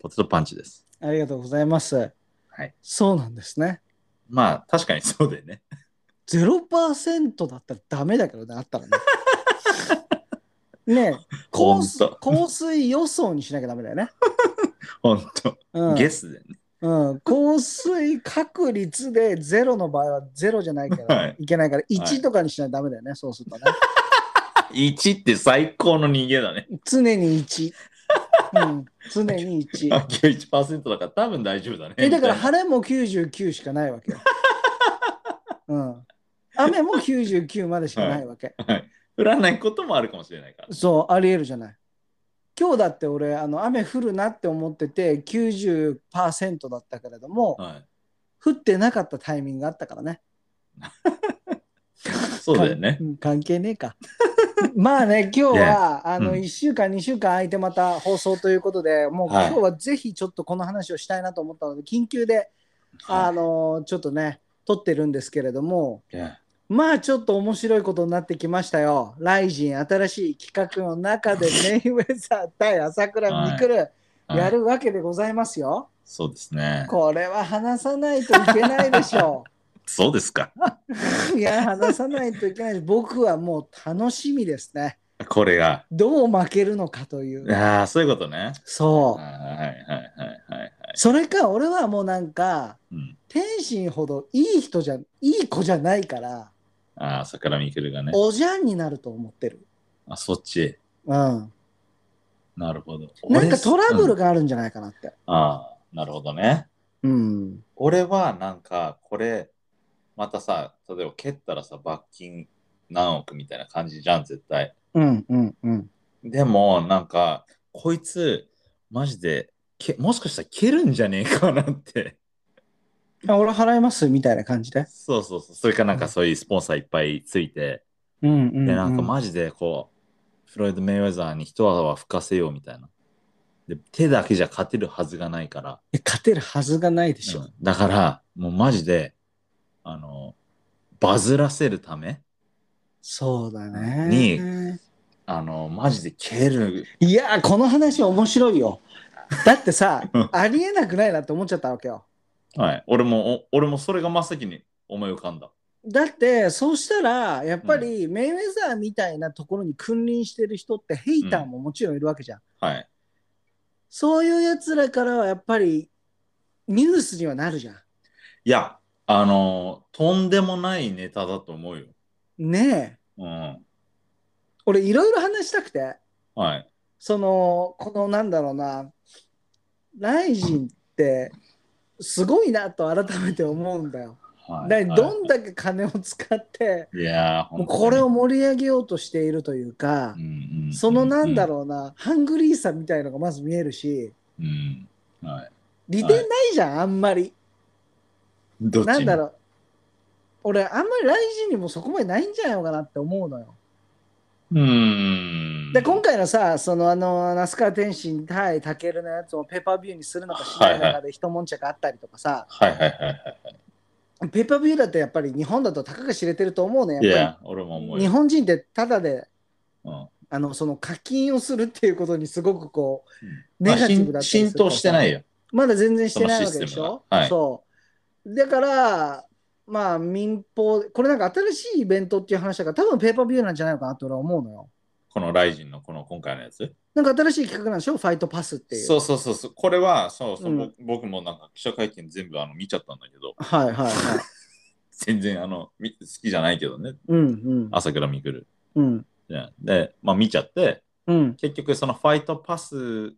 Speaker 2: ポテトパンチです。
Speaker 1: ありがとうございます。
Speaker 2: はい。
Speaker 1: そうなんですね。
Speaker 2: まあ確かにそうだよね。 [laughs]
Speaker 1: 0%だったらダメだけどね、あ
Speaker 2: [laughs]
Speaker 1: ったらね。ねえ、
Speaker 2: ほ
Speaker 1: 降
Speaker 2: ん
Speaker 1: 水
Speaker 2: と。
Speaker 1: 降水予想にしなきゃダメだよね。
Speaker 2: ほんと。
Speaker 1: うん
Speaker 2: ゲスだよね。
Speaker 1: うん、降水確率で0の場合は0じゃないから、
Speaker 2: はい
Speaker 1: い、けないから1とかにしないとダメだよね、そうするとね。
Speaker 2: 1って最高の人間だね。
Speaker 1: 常に1。うん、常に1。
Speaker 2: あ今日1%だから多分大丈夫だね。
Speaker 1: え、だから
Speaker 2: みたい
Speaker 1: 晴れも99しかないわけよ。うん。雨も99までしかないわけ。
Speaker 2: なはい降らないこともあるかもしれないから。
Speaker 1: そう、ありえるじゃない。今日だって俺、あの雨降るなって思ってて、90%だったけれども、
Speaker 2: はい、
Speaker 1: 降ってなかったタイミングがあったからね。
Speaker 2: そうだよね [laughs]
Speaker 1: か。ん。うん関係ねえか。まあね、今日は、あ
Speaker 2: う
Speaker 1: の、
Speaker 2: ん
Speaker 1: 1週間、2週間空いてまた放送ということで、もう
Speaker 2: は
Speaker 1: 今
Speaker 2: い
Speaker 1: 日はぜひちょっとこの話をしたいなと思ったので、緊急で、あ
Speaker 2: は
Speaker 1: の、ちょっとね、撮ってるんですけれども、
Speaker 2: いね
Speaker 1: まあちょっと面白いことになってきましたよ。ライジン新しい企画の中
Speaker 2: [laughs]
Speaker 1: でメイウェザー対朝倉未来、
Speaker 2: はい
Speaker 1: やるわけでございますよ。
Speaker 2: そうですね。
Speaker 1: これは話さないといけないでしょ
Speaker 2: そうですか。 [laughs]
Speaker 1: う。いや、話さないといけない。僕はもう楽しみですね。
Speaker 2: これが。
Speaker 1: どう負けるのかという。
Speaker 2: ああ、そういうことね。はい
Speaker 1: そ
Speaker 2: はいはいはいはいはい。
Speaker 1: う。それか、俺はもうなんか、
Speaker 2: うん、
Speaker 1: 天心ほどいい人じゃ、いい子じゃないから、
Speaker 2: ああ、桜みくるがね。
Speaker 1: おじゃんになると思ってる。
Speaker 2: あ、そっち。
Speaker 1: うん。
Speaker 2: なるほど。
Speaker 1: なんかトラブル
Speaker 2: うん
Speaker 1: があるんじゃないかなって。
Speaker 2: ああ、なるほどね。
Speaker 1: うん。
Speaker 2: 俺はなんか、これ、またさ、例えば蹴ったらさ、罰金何億みたいな感じじゃん、絶対。
Speaker 1: うんうんうん。
Speaker 2: でも、なんか、こいつ、マジで、けもしかしたら蹴るんじゃねえかなって。
Speaker 1: あ俺払いますみたいな感じで。
Speaker 2: そうそうそう。それかなんかそういうスポンサーいっぱいついて、
Speaker 1: うんうん、うん。
Speaker 2: で、なんかマジでこう、フロイド・メイウェザーに一泡吹かせようみたいな。で、手だけじゃ勝てるはずがないから。
Speaker 1: え勝てるはずがないでしょ。
Speaker 2: うんだから、もうマジで、あの、バズらせるため、
Speaker 1: そうだね。
Speaker 2: あの、マジで蹴る。
Speaker 1: いやー、この話面白いよ。だってさ、ありえなくないなって思っちゃったわけよ。
Speaker 2: はい。俺も、お俺もそれが真っ先に思い浮かんだ。
Speaker 1: だって、そうしたら、やっぱり、メイウェザーみたいなところに君臨してる人って、ヘイターももちろんいるわけじゃん。
Speaker 2: はい。
Speaker 1: そういうやつらからは、やっぱり、ニュースにはなるじゃん。
Speaker 2: いや、あの、とんでもないネタだと思うよ。
Speaker 1: ねえ。
Speaker 2: うん。
Speaker 1: 俺、いろいろ話したくて。
Speaker 2: はい。
Speaker 1: そのこのなんだろうなライジンってすごいなと改めて思うんだよ。
Speaker 2: はい、
Speaker 1: だどんだけ金を使って
Speaker 2: いやー
Speaker 1: もうこれ、を
Speaker 2: 本
Speaker 1: 盛り上げようとしているというか
Speaker 2: 当にうんうん
Speaker 1: そのなんだ
Speaker 2: ろ
Speaker 1: ろうなハングリーさみたいのがまず見えるし
Speaker 2: う。うん。はい。
Speaker 1: 利点ないじゃんあんまり。
Speaker 2: どっち
Speaker 1: なんだろ
Speaker 2: う。
Speaker 1: う俺あんまりライジンにもそこまでないんじゃないのかなって思うのよ。
Speaker 2: うーん。
Speaker 1: で今回のさそのあの那須川天心対タケルのやつをペーパービューにするのかしないのかで一悶着あったりとかさ、
Speaker 2: はいはいはいは
Speaker 1: ペーパービューだってやっぱり日本だとたかが知れてると思うね。
Speaker 2: い。い
Speaker 1: やっ
Speaker 2: や、俺も
Speaker 1: ぱり
Speaker 2: 思う
Speaker 1: 日
Speaker 2: よ。
Speaker 1: 本人ってただで
Speaker 2: うん
Speaker 1: あのその課金をするっていうことにすごくこうネ
Speaker 2: まあ
Speaker 1: ガティブだったりする
Speaker 2: 浸透してないよ。
Speaker 1: まだ全然してないわけでし
Speaker 2: そのシ
Speaker 1: ょ
Speaker 2: ス。テムがはい
Speaker 1: そうだからまあ民放これなんか新しいイベントっていう話だから多分ペーパービューなんじゃないのかなと俺は思うのよ。
Speaker 2: このライジンのこの今回のやつ。
Speaker 1: なんか新しい企画なんでしょファイトパスっていう。
Speaker 2: そうそうそうそう。これは、そうそう、
Speaker 1: うん
Speaker 2: 僕僕もなんか記者会見全部あの見ちゃったんだけど、
Speaker 1: はいはいはい。
Speaker 2: 全然あのみ好きじゃないけどね、
Speaker 1: うん
Speaker 2: 朝倉未来。
Speaker 1: うんうん
Speaker 2: ねで、まあ見ちゃって、
Speaker 1: うん
Speaker 2: 結局そのファイトパス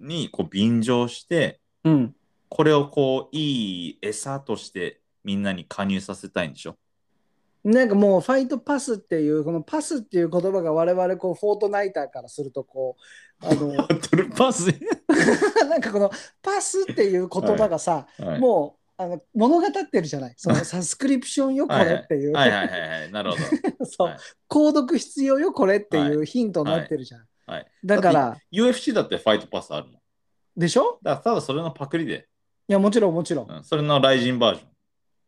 Speaker 2: にこう便乗して、
Speaker 1: うん。
Speaker 2: これをこういい餌としてみんなに加入させたいん
Speaker 1: [laughs]
Speaker 2: でしょ
Speaker 1: なんかもうファイトパスっていうこのパスっていう言葉が我々こうフォートナイターからするとこ [laughs] うあの
Speaker 2: バトルパス、
Speaker 1: なんかこのパスっていう言葉がさ、
Speaker 2: はい、
Speaker 1: もうあの物語ってるじゃない。そのサスクリプションよこれっていう、
Speaker 2: はいはいはいはい、なるほ
Speaker 1: [laughs]
Speaker 2: ど。
Speaker 1: そう、
Speaker 2: はい
Speaker 1: 購読必要よこれっていうヒントになってるじゃん。
Speaker 2: はい、
Speaker 1: だから
Speaker 2: だって UFC だってファイトパスあるの。
Speaker 1: でしょ？
Speaker 2: だからただそれのパクリで、
Speaker 1: いやもちろんもちろん、
Speaker 2: うんそれのライジンバージョン。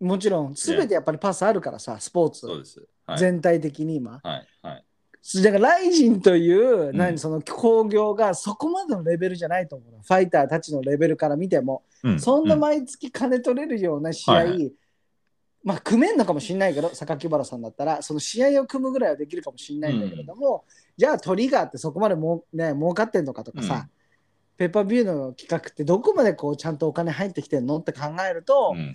Speaker 1: もちろんすべてやっぱりパスあるからさスポーツ、
Speaker 2: そうです。はい、
Speaker 1: 全体的に今。
Speaker 2: はいはい。
Speaker 1: だからライジンという、
Speaker 2: うん
Speaker 1: 何その興行がそこまでのレベルじゃないと思うの。ファイターたちのレベルから見ても。
Speaker 2: う
Speaker 1: そんな
Speaker 2: う
Speaker 1: 毎月金取れるような試合、
Speaker 2: はいは
Speaker 1: まあ組めんのかもしれないけど、榊原さんだったら、その試合を組むぐらいはできるかもしれないんだけれども、じゃあトリガーってそこまでもう、ね、儲かってんのかとかさ、
Speaker 2: うん
Speaker 1: ペッパービューの企画ってどこまでこうちゃんとお金入ってきてんのって考えると
Speaker 2: う、ん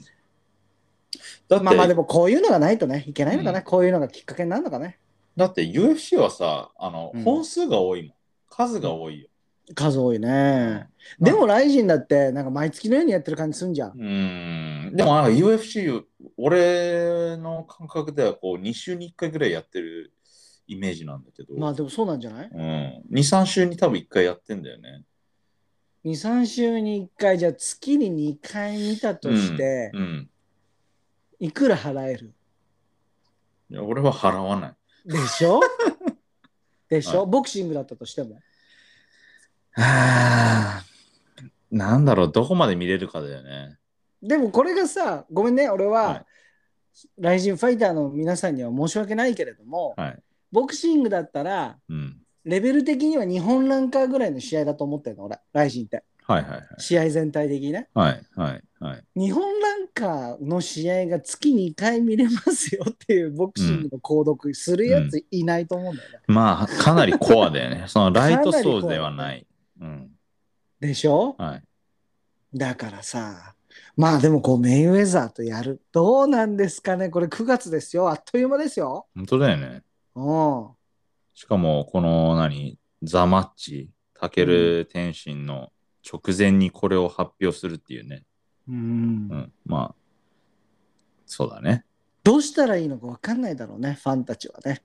Speaker 2: だって、
Speaker 1: まあまあでもこういうのがないとね、いけないのかな、
Speaker 2: う
Speaker 1: こういうのがきっかけになるのかね、
Speaker 2: だって UFC はさ、あの、
Speaker 1: うん
Speaker 2: 本数が多いもん。数が多いよ。
Speaker 1: 数多いうね。でもライジンだって、なんか毎月のようにやってる感じすんじゃん。
Speaker 2: うん。でもなんか UFC、俺の感覚ではこう2週に1回ぐらいやってるイメージなんだけど、
Speaker 1: まあでもそうなんじゃない
Speaker 2: うん、2、3週に多分1回やってんだよね。
Speaker 1: 2、3週に1回、じゃあ月に2回見たとして、
Speaker 2: うん。
Speaker 1: いくら払える
Speaker 2: いや俺は払わない。 [laughs]
Speaker 1: でしょでしょ、ボクシングだったとしても。
Speaker 2: はあなんだろう、どこまで見れるかだよね。
Speaker 1: でもこれがさ、ごめんね、俺
Speaker 2: は、
Speaker 1: はい雷神ファイターの皆さんには申し訳ないけれども、
Speaker 2: はい。
Speaker 1: ボクシングだったら、
Speaker 2: うん。
Speaker 1: レベル的には日本ランカーぐらいの試合だと思ってるの、俺、雷神って。
Speaker 2: はいはいはい。
Speaker 1: 試合全体的にね。
Speaker 2: はいはいはい。
Speaker 1: 日本ランカーの試合が月2回見れますよっていうボクシングの購読するやついないと思うんだよね。
Speaker 2: まあ、かなりコアだ
Speaker 1: [laughs]
Speaker 2: よね。そのライト層ではない。うん。
Speaker 1: でしょ
Speaker 2: はい。
Speaker 1: だからさ、まあでもこうメインウェザーとやる。どうなんですかねこれ9月ですよ。あっという間ですよ。
Speaker 2: 本当だよね。
Speaker 1: うん。
Speaker 2: しかも、この、何、ザ・マッチ、タケル天心の直前にこれを発表するっていうね。
Speaker 1: うん
Speaker 2: うん。まあ、そうだね。
Speaker 1: どうしたらいいのか分かんないだろうね、ファンたちはね。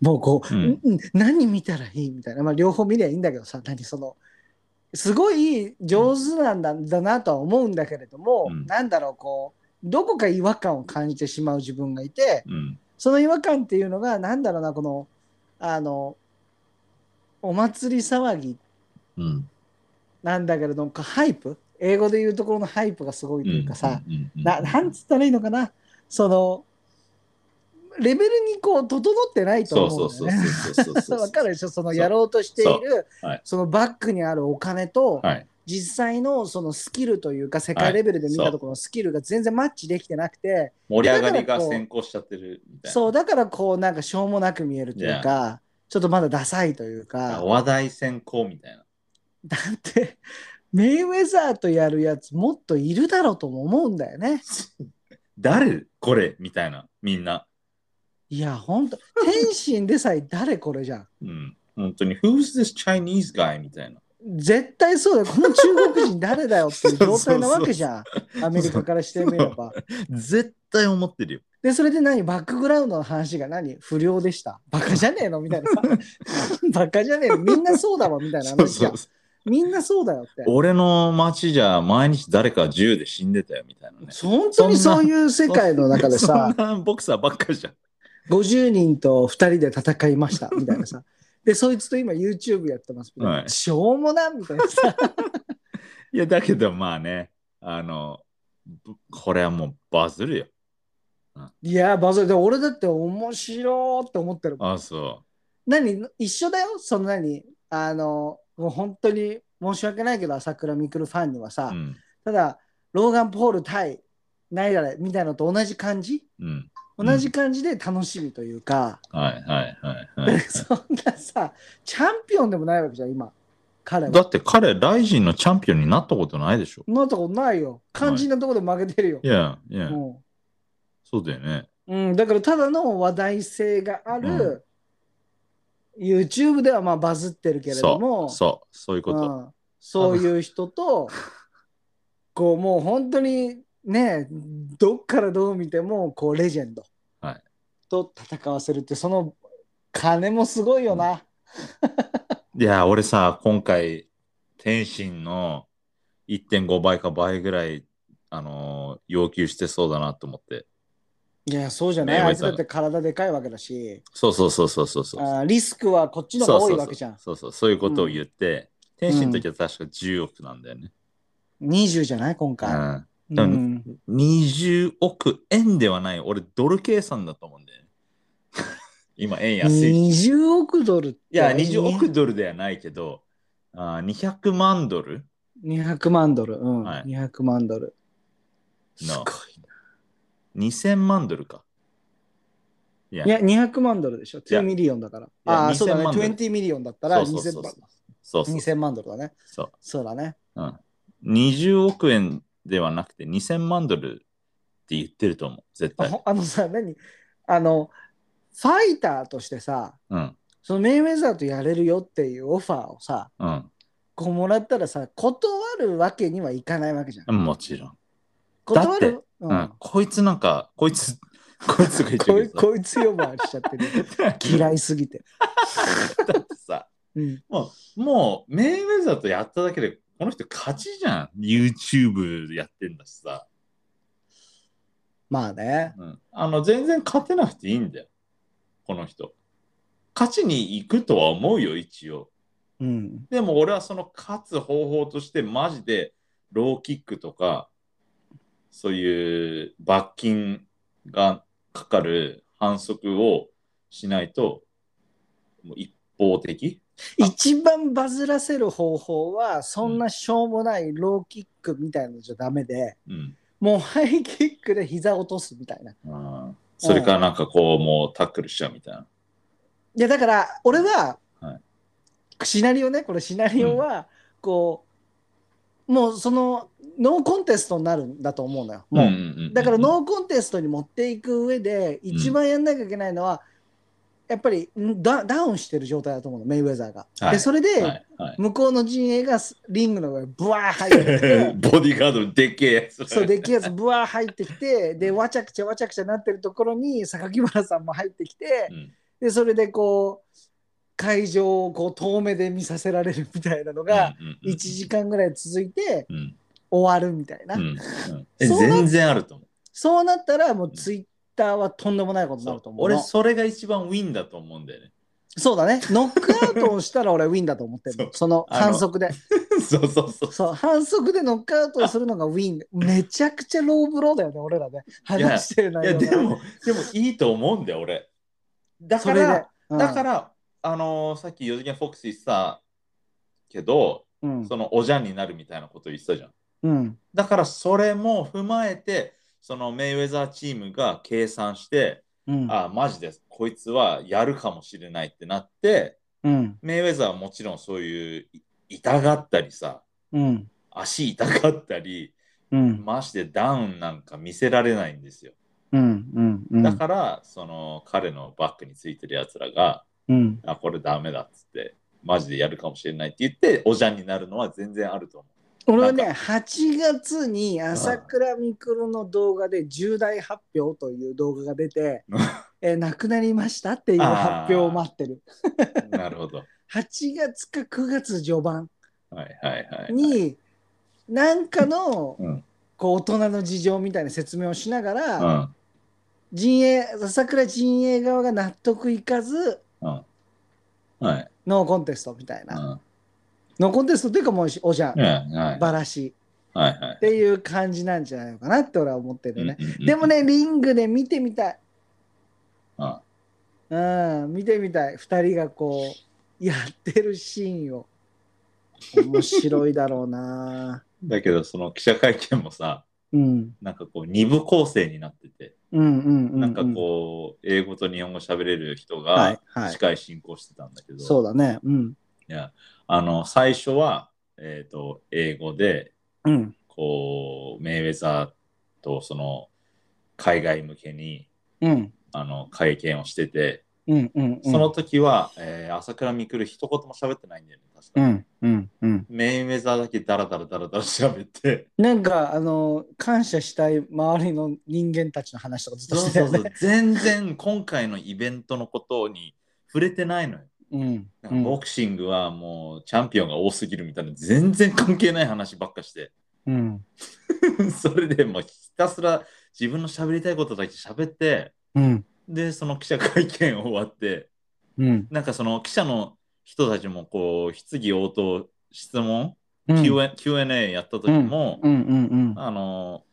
Speaker 1: もうこう、
Speaker 2: うん
Speaker 1: んん何見たらいいみたいな、まあ、両方見りゃいいんだけどさ、何その、すごい上手なんだ,、だなとは思うんだけれども、
Speaker 2: うん
Speaker 1: なんだろう、こう、どこか違和感を感じてしまう自分がいて、
Speaker 2: うん。
Speaker 1: その違和感っていうのが、なんだろうな、この、あの、お祭り騒ぎ
Speaker 2: うん。
Speaker 1: なんだけれども、こうハイプ、英語で言うところのハイプがすごいというかさ、
Speaker 2: うん、うんうん
Speaker 1: ななんつったらいいのかなそのレベルにこう整ってないと
Speaker 2: そう
Speaker 1: 思
Speaker 2: そううんそう
Speaker 1: だよね。
Speaker 2: そうそうそ
Speaker 1: [laughs]
Speaker 2: う。
Speaker 1: わかるでしょそのやろうとしている
Speaker 2: そうはい
Speaker 1: そのバックにあるお金と
Speaker 2: はい。
Speaker 1: 実際のそのスキルというか世
Speaker 2: は
Speaker 1: 界
Speaker 2: い
Speaker 1: レベルで見たところのスキルが全然マッチできてなくて
Speaker 2: 盛り上がり
Speaker 1: だから
Speaker 2: が
Speaker 1: こう
Speaker 2: 先行しちゃってるみたいな。
Speaker 1: そうだからこうなんかしょうもなく見えるというかちょっとまだダサいというか
Speaker 2: 話題先行みたいな。
Speaker 1: だってメイウェザーとやるやつもっといるだろうとも思うんだよね。
Speaker 2: 誰これみたいな、みんな。
Speaker 1: いやほんと天心でさえ誰これじゃん。
Speaker 2: うん。本当に、Who's this Chinese guy? みたいな。
Speaker 1: 絶対そうだよ。この中国人誰だよっていう状態なわけじ
Speaker 2: [laughs]
Speaker 1: ゃん。アメリカからしてみれば。
Speaker 2: 絶対思ってるよ。
Speaker 1: で、それで何バックグラウンドの話が何不良でした。バカじゃねえのみたい
Speaker 2: [laughs]
Speaker 1: なさ。バカじゃねえのみんなそうだわみたいな
Speaker 2: そう
Speaker 1: 話じ
Speaker 2: そ
Speaker 1: ゃん
Speaker 2: う。
Speaker 1: みんなそうだよって。
Speaker 2: 俺の町じゃ毎日誰か銃で死んでたよみたいなね。
Speaker 1: 本当にそういう世界の中で [laughs] さ、
Speaker 2: そんなボクサーばっかりじゃん。
Speaker 1: 50人と2人で戦いましたみたいなさ。で、そいつと今 YouTube やってますみたいな
Speaker 2: はい
Speaker 1: しょうもなみたいなさ。
Speaker 2: いや、だけどまあね、あの、ぶこれはもうバズるよ。
Speaker 1: いや、バズる。で俺だって面白いって思ってるもん
Speaker 2: あ、そ
Speaker 1: 何一緒だよその何あのもう本当に申し訳ないけど朝倉未来ファンにはさ、
Speaker 2: う。うん。
Speaker 1: ただローガン・ポール対ナイラレみたいなのと同じ感じ
Speaker 2: うん。うん
Speaker 1: 同じ感じで楽しみというか、
Speaker 2: はいはいはいは
Speaker 1: [laughs]
Speaker 2: い。
Speaker 1: そんなさチャンピオンでもないわけじゃん今彼
Speaker 2: だ
Speaker 1: は。
Speaker 2: って彼、ライジンのチャンピオンになったことないでしょ。
Speaker 1: そんなとこないよ肝心なとこで負けてるよ。
Speaker 2: いや、いや、
Speaker 1: も
Speaker 2: そうだよね。
Speaker 1: ううん、だからただの話題性がある、YouTube ではまあバズってるけれど
Speaker 2: そ
Speaker 1: も
Speaker 2: う、そう、そういうこと。
Speaker 1: うん、そういう人とこうもう本当にねどっからどう見てもこうレジェンド
Speaker 2: はい
Speaker 1: と戦わせるってその金もすごいよな。
Speaker 2: いや、俺さ、今回、天心の1.5倍か倍ぐらい、あのー要求してそうだなと思って。
Speaker 1: いやそうじゃない
Speaker 2: ね
Speaker 1: あいつだって体でかいわけだし
Speaker 2: そうそうそうそうそうそう。
Speaker 1: あーリスクはこっちの方が多いわけじゃん。
Speaker 2: そうそうそうそう、そういうことを言って、天心の時は確か10億なんだよね。
Speaker 1: 20じゃない今
Speaker 2: う
Speaker 1: 回。
Speaker 2: ん
Speaker 1: う
Speaker 2: だから
Speaker 1: ん、
Speaker 2: 20億円ではない、俺、ドル計算だと思うんだよね。 [laughs] 今、円安いし。
Speaker 1: 20億ドルって
Speaker 2: いや、20億ドルではないけど、あー200万ドル
Speaker 1: 200万ドル、うん
Speaker 2: はい
Speaker 1: 200万ドル。すごい
Speaker 2: の。2000万ドルか。いや
Speaker 1: いや、200万ドルでしょ。
Speaker 2: いや
Speaker 1: 2ミリオンだから。
Speaker 2: や
Speaker 1: ああ、そうだ
Speaker 2: 2000
Speaker 1: ね。
Speaker 2: 万ドル
Speaker 1: 20ミリオンだったら
Speaker 2: そうそ
Speaker 1: 2000
Speaker 2: うそう
Speaker 1: 万
Speaker 2: そうそう
Speaker 1: 2000万ドルだね。
Speaker 2: そう
Speaker 1: そうだね。
Speaker 2: うん。20億円ではなくて2000万ドルって言ってると思う、絶
Speaker 1: あ
Speaker 2: 対。
Speaker 1: ほあのさ、何あの、ファイターとしてさ、
Speaker 2: うん、
Speaker 1: そのメインウェザーとやれるよっていうオファーをさ、
Speaker 2: うん。
Speaker 1: こうもらったらさ、断るわけにはいかないわけじゃん。
Speaker 2: もちろん。
Speaker 1: 断
Speaker 2: だっ
Speaker 1: る、う
Speaker 2: うんん、こいつなんか、こいつ、 [laughs] こいつが言って
Speaker 1: こい
Speaker 2: るけど
Speaker 1: こいつ呼ばわりしちゃって
Speaker 2: [laughs]
Speaker 1: る。
Speaker 2: さ
Speaker 1: 嫌いすぎて。
Speaker 2: だってさ、
Speaker 1: うん、
Speaker 2: もう、もう、メインウェザーとやっただけで、この人勝ちじゃん。YouTube やってんだしさ。
Speaker 1: まあね。
Speaker 2: うん、あの、全然勝てなくていいんだよ。この人。勝ちに行くとは思うよ、一応。
Speaker 1: うん。
Speaker 2: でも俺はその勝つ方法としてマジでローキックとかそういう罰金がかかる反則をしないともう一方的
Speaker 1: 一番バズらせる方法は、そんなしょうもないローキックみたいのじゃダメで、
Speaker 2: うん。
Speaker 1: もうハイキックで膝落とすみたいな。い
Speaker 2: あーそれからなんかこうもうタックルしちゃうみたいな。
Speaker 1: や、だから、俺は、
Speaker 2: は
Speaker 1: シナリオね、これシナリオは、こう、もうその、ノーコンテストになるんだと思うのよ。もう、
Speaker 2: んんん
Speaker 1: だからノーコンテストに持っていく上で一番やんなきゃいけないのは、やっぱりんダダウンしてる状態だと思うのメイウェザーが。
Speaker 2: はい
Speaker 1: でそれで、
Speaker 2: はいはい [laughs]
Speaker 1: 向こうの陣営がすリングの上にブワー入ってきて
Speaker 2: ボディーガードのでっけえやつ。
Speaker 1: [laughs] そうでっけえやつブワー入ってきてでわちゃくちゃわちゃくちゃなってるところに榊原さんも入ってきて
Speaker 2: うん
Speaker 1: でそれでこう会場をこう遠目で見させられるみたいなのが
Speaker 2: うんうんうん
Speaker 1: 1時間ぐらい続いて
Speaker 2: うん
Speaker 1: 終わるみたいな。
Speaker 2: うんうんえ
Speaker 1: そうな
Speaker 2: 全然あると思う。
Speaker 1: そうなったらもうツイッターはとんでもないことになると思うの。
Speaker 2: 俺それが一番ウィンだと思うんだよね。 [laughs]
Speaker 1: そうだね。ノックアウトをしたら俺はウィンだと思ってる
Speaker 2: [laughs] そう
Speaker 1: の。その
Speaker 2: あの
Speaker 1: 反則で。
Speaker 2: そうそうそう。
Speaker 1: そう、反則でノックアウトをするのがウィン。めちゃくちゃローブローだよね、俺らね。話してる
Speaker 2: い
Speaker 1: 内
Speaker 2: や
Speaker 1: 容が
Speaker 2: でも、でもいいと思うんだよ、俺。だ
Speaker 1: そ
Speaker 2: か
Speaker 1: れで
Speaker 2: ら、。
Speaker 1: うん
Speaker 2: だか、ら、あのーさっき4次元フォックス言ってたけど、
Speaker 1: うん。
Speaker 2: そのおじゃんになるみたいなこと言ってたじゃん。
Speaker 1: うん。
Speaker 2: だから、それも踏まえて、そのメイウェザーチームが計算して、
Speaker 1: うん。
Speaker 2: ああ、マジでこいつはやるかもしれないってなって、
Speaker 1: うん。
Speaker 2: メイウェザーはもちろんそういうい痛がったりさ、
Speaker 1: うん。
Speaker 2: 足痛かったり、
Speaker 1: うん。
Speaker 2: ましてダウンなんか見せられないんですよ。
Speaker 1: うん。うん。うん。
Speaker 2: だから、その彼のバックについてるやつらが、
Speaker 1: うん。
Speaker 2: あ、これダメだっつって、マジでやるかもしれないって言って、おじゃんになるのは全然あると思
Speaker 1: 俺はね、8月に朝倉未来の動画で重大発表という動画が出
Speaker 2: [laughs]
Speaker 1: て、えー亡くなりましたっていう発表を待ってる。
Speaker 2: う。なるほど。
Speaker 1: 8月か9月序盤
Speaker 2: はいはいはい。
Speaker 1: に何かの
Speaker 2: うん
Speaker 1: こう大人の事情みたいな説明をしなが
Speaker 2: う
Speaker 1: ら
Speaker 2: ん。
Speaker 1: 陣営朝倉陣営側が納得いかず
Speaker 2: はい。。
Speaker 1: ノーコンテストみたいうなんノーコンテストっていうかもうおじゃん
Speaker 2: ねはい。
Speaker 1: ばらし
Speaker 2: はいはい
Speaker 1: っ。ていう感じなんじゃないのかなって俺は思ってるね
Speaker 2: うんうんうん
Speaker 1: でも、ねリングで見てみたい
Speaker 2: あ
Speaker 1: うん見てみたい2人がこうやってるシーンを面白いだろうな
Speaker 2: だけど、その記者会見もさ、
Speaker 1: うん
Speaker 2: なんかこう、二部構成になってて、
Speaker 1: うんうんうんうん
Speaker 2: なんかこう、英語と日本語喋れる人
Speaker 1: はい
Speaker 2: が
Speaker 1: はい
Speaker 2: 司会進行してたんだけど、
Speaker 1: そうだね。うん。
Speaker 2: いや、あの、最初は、えっ、と、英語で、
Speaker 1: うん。
Speaker 2: こう、メイウェザーと、その、海外向けに、
Speaker 1: うん。
Speaker 2: あの、会見をしてて、
Speaker 1: うん。うん。
Speaker 2: その、時は、えー朝倉未来一言も喋ってないんだよね、確か。
Speaker 1: うん。うん。うん。
Speaker 2: メインウェザーだけダラダラダラダラ喋って、
Speaker 1: なんか、あの、感謝したい周りの人間たちの話とかずっと
Speaker 2: そう
Speaker 1: してた
Speaker 2: そ
Speaker 1: よ
Speaker 2: う
Speaker 1: ね
Speaker 2: そう。、全然今回のイベントのことに触れてないのよ。
Speaker 1: うん。
Speaker 2: な
Speaker 1: う
Speaker 2: んか
Speaker 1: ん
Speaker 2: ボクシングはもうチャンピオンが多すぎるみたいな、全然関係ない話ばっかして。 [laughs]
Speaker 1: うん。
Speaker 2: それでもうひたすら自分の喋りたいことだけ喋って、
Speaker 1: うん。
Speaker 2: で、その記者会見終わって、
Speaker 1: うん。
Speaker 2: なんかその記者の人たちもこう、質疑応答、質問、
Speaker 1: うん。
Speaker 2: Q&A Q&A やった時も、
Speaker 1: うん。うん。
Speaker 2: あの、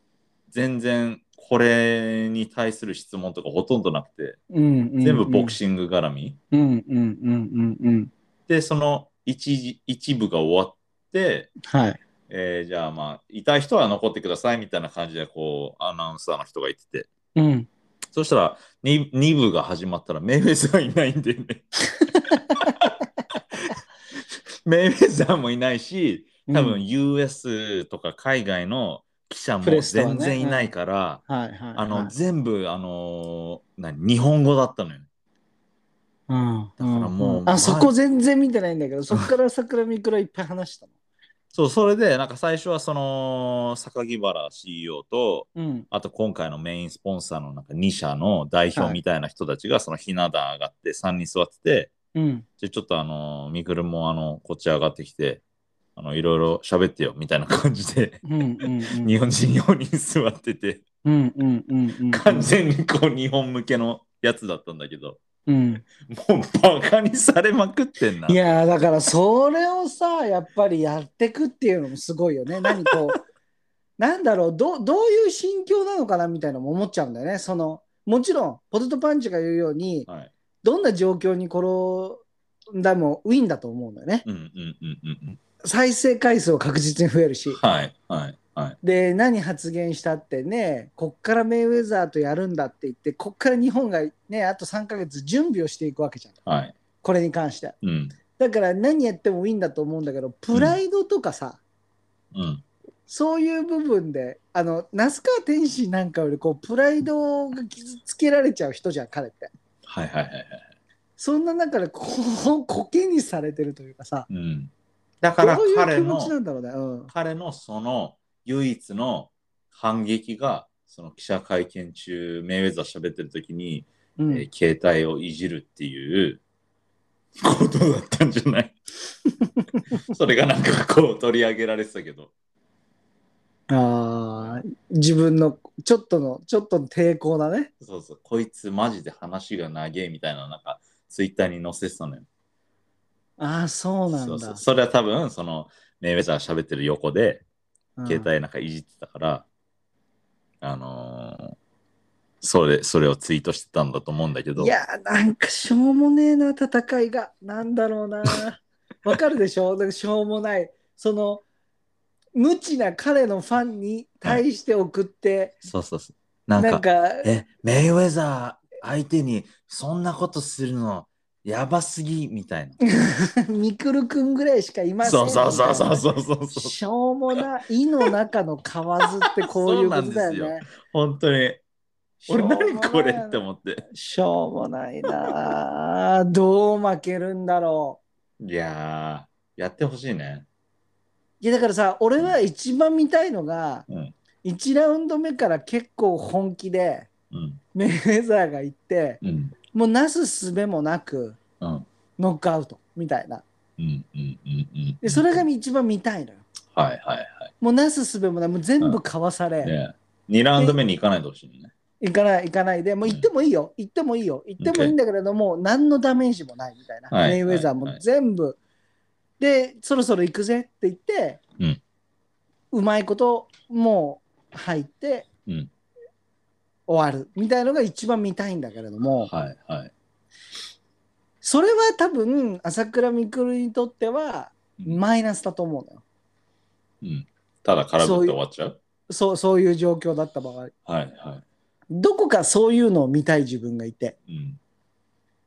Speaker 2: 全然これに対する質問とかほとんどなくて、
Speaker 1: うん。
Speaker 2: 全部ボク
Speaker 1: シ
Speaker 2: シング絡み。
Speaker 1: ング。うん。うん。うん。うん。うん。
Speaker 2: で、その一一部が終わって、
Speaker 1: はい。
Speaker 2: えーじゃあまあ、痛い人は残ってくださいみたいな感じで、こう、アナウンサーの人が言ってて、
Speaker 1: うん。
Speaker 2: そしたら 2, 2部が始まったらメイウェザーいないんだよ
Speaker 1: [laughs]
Speaker 2: ね。メイウェザーもいないし、多分。US とか海外の記者も
Speaker 1: プレスとはね
Speaker 2: 全然いないから、
Speaker 1: はい。はい。
Speaker 2: あの、全部、あのー何、日本語だったのよ。
Speaker 1: うん。だ
Speaker 2: からもう
Speaker 1: あ、そこ全然見てないんだけど、そこから桜見くらいっぱい話したの。
Speaker 2: そう、それで、なんか最初はその、榊原 CEO と、
Speaker 1: うん。
Speaker 2: あと今回のメインスポンサーのなんか2社の代表みたいな人たちが、そのひな壇上がって3人座ってて、
Speaker 1: うん。
Speaker 2: でちょっとあの、みくるもあの、こっち上がってきて、あの、いろいろ喋ってよみたいな感じで、 [laughs]
Speaker 1: うん。うん。
Speaker 2: 日本人4人座ってて、
Speaker 1: うん。うん。うん。うん。
Speaker 2: 完全にこう、日本向けのやつだったんだけど、
Speaker 1: うん、
Speaker 2: もうバカにされまくってんな。
Speaker 1: いやーだからそれをさやっぱりやってくっていうのもすごいよね。何こう [laughs] なんだろうどどういう心境なのかなみたいなのも思っちゃうんだよね。そのもちろんポテトパンチが言うように
Speaker 2: はい。
Speaker 1: どんな状況に転んだもウィンだと思うんだよね。
Speaker 2: うんうんうんうんうん。
Speaker 1: 再生回数は確実に増えるし。
Speaker 2: はいはいはい。
Speaker 1: で何発言したってねこっからメイウェザーとやるんだって言ってこっから日本がねあと3ヶ月準備をしていくわけじゃん
Speaker 2: はい。
Speaker 1: これに関して
Speaker 2: うん
Speaker 1: だから何やってもいいんだと思うんだけどプライドとかさ、
Speaker 2: うん。
Speaker 1: そういう部分であの那須川天心なんかよりこうプライドが傷つけられちゃう人じゃん彼って
Speaker 2: はいはいはいはい。
Speaker 1: そんな中でこうコケにされてるというかさ
Speaker 2: うん。だから
Speaker 1: どういう
Speaker 2: 彼
Speaker 1: 気持ちな
Speaker 2: の
Speaker 1: んだろうね、うん、
Speaker 2: 彼のその唯一の反撃がその記者会見中メイウェザー喋ってる時に、
Speaker 1: うん
Speaker 2: えー携帯をいじるっていうことだったんじゃない
Speaker 1: [laughs]
Speaker 2: それがなんかこう取り上げられてたけど。
Speaker 1: あー自分のちょっとのちょっとの抵抗だね
Speaker 2: そうそう、こいつマジで話が長えみたいな、なんか、ツイッターに載せてたのよ。
Speaker 1: ああそうなんだ
Speaker 2: そうそうそれは多分、その、メイウェザーが喋ってる横で、携帯なんかいじってたから、あのーそれ、それをツイートしてたんだと思うんだけ
Speaker 1: う
Speaker 2: ど、
Speaker 1: んいやーなんかしょうもねえな戦いがなんだろう
Speaker 2: [laughs]
Speaker 1: なわかるでしょなんかしょうもないその無知な彼のファンに対して送って、
Speaker 2: そうそうそう。なんか、
Speaker 1: なんか
Speaker 2: え、メイウェザー相手にそんなことするの、やばすぎみたいな。
Speaker 1: [laughs] ミクルくんぐらいしかいません
Speaker 2: そうそうそうそう
Speaker 1: う
Speaker 2: そうそうそう。
Speaker 1: しょうもな「い」の中の「かわず」ってこういうことだ
Speaker 2: そうな
Speaker 1: よね
Speaker 2: 本当に。俺何これ
Speaker 1: しょうもない
Speaker 2: って思って。
Speaker 1: しょうもないなあどう負けるんだろう
Speaker 2: いやー、やってほしいね。
Speaker 1: いやだからさ俺は一番見たいのが、
Speaker 2: うん
Speaker 1: 1ラウンド目から結構本気で
Speaker 2: うん。
Speaker 1: メイウェザーが行って
Speaker 2: うん。
Speaker 1: もうなすすべもなく
Speaker 2: うん
Speaker 1: ノックアウトみたいな
Speaker 2: うんうんうんうん
Speaker 1: でそれが一番見たいのよ
Speaker 2: はいはい
Speaker 1: もうなすすべもないもう全部かわされ、
Speaker 2: ね2ラウンド目に行かないでほしいね。
Speaker 1: 行かない行かないでもう行ってもいいよ行ってもいいよ行ってもいいんだけれども、何のダメージもないみたいな、
Speaker 2: はい
Speaker 1: メイウェザーも全部、でそろそろ行くぜって言って、
Speaker 2: うん
Speaker 1: うまいこともう入って、
Speaker 2: うん
Speaker 1: 終わるみたいのが一番見たいんだけれども
Speaker 2: はいはい。
Speaker 1: それは多分朝倉未来にとっては
Speaker 2: うん
Speaker 1: マイナスだと思うのよ
Speaker 2: うん、ただ空振って終わっちゃう
Speaker 1: そうそういう状況だった場合
Speaker 2: はいは
Speaker 1: どこかそういうのを見たい自分がいて
Speaker 2: い。うん、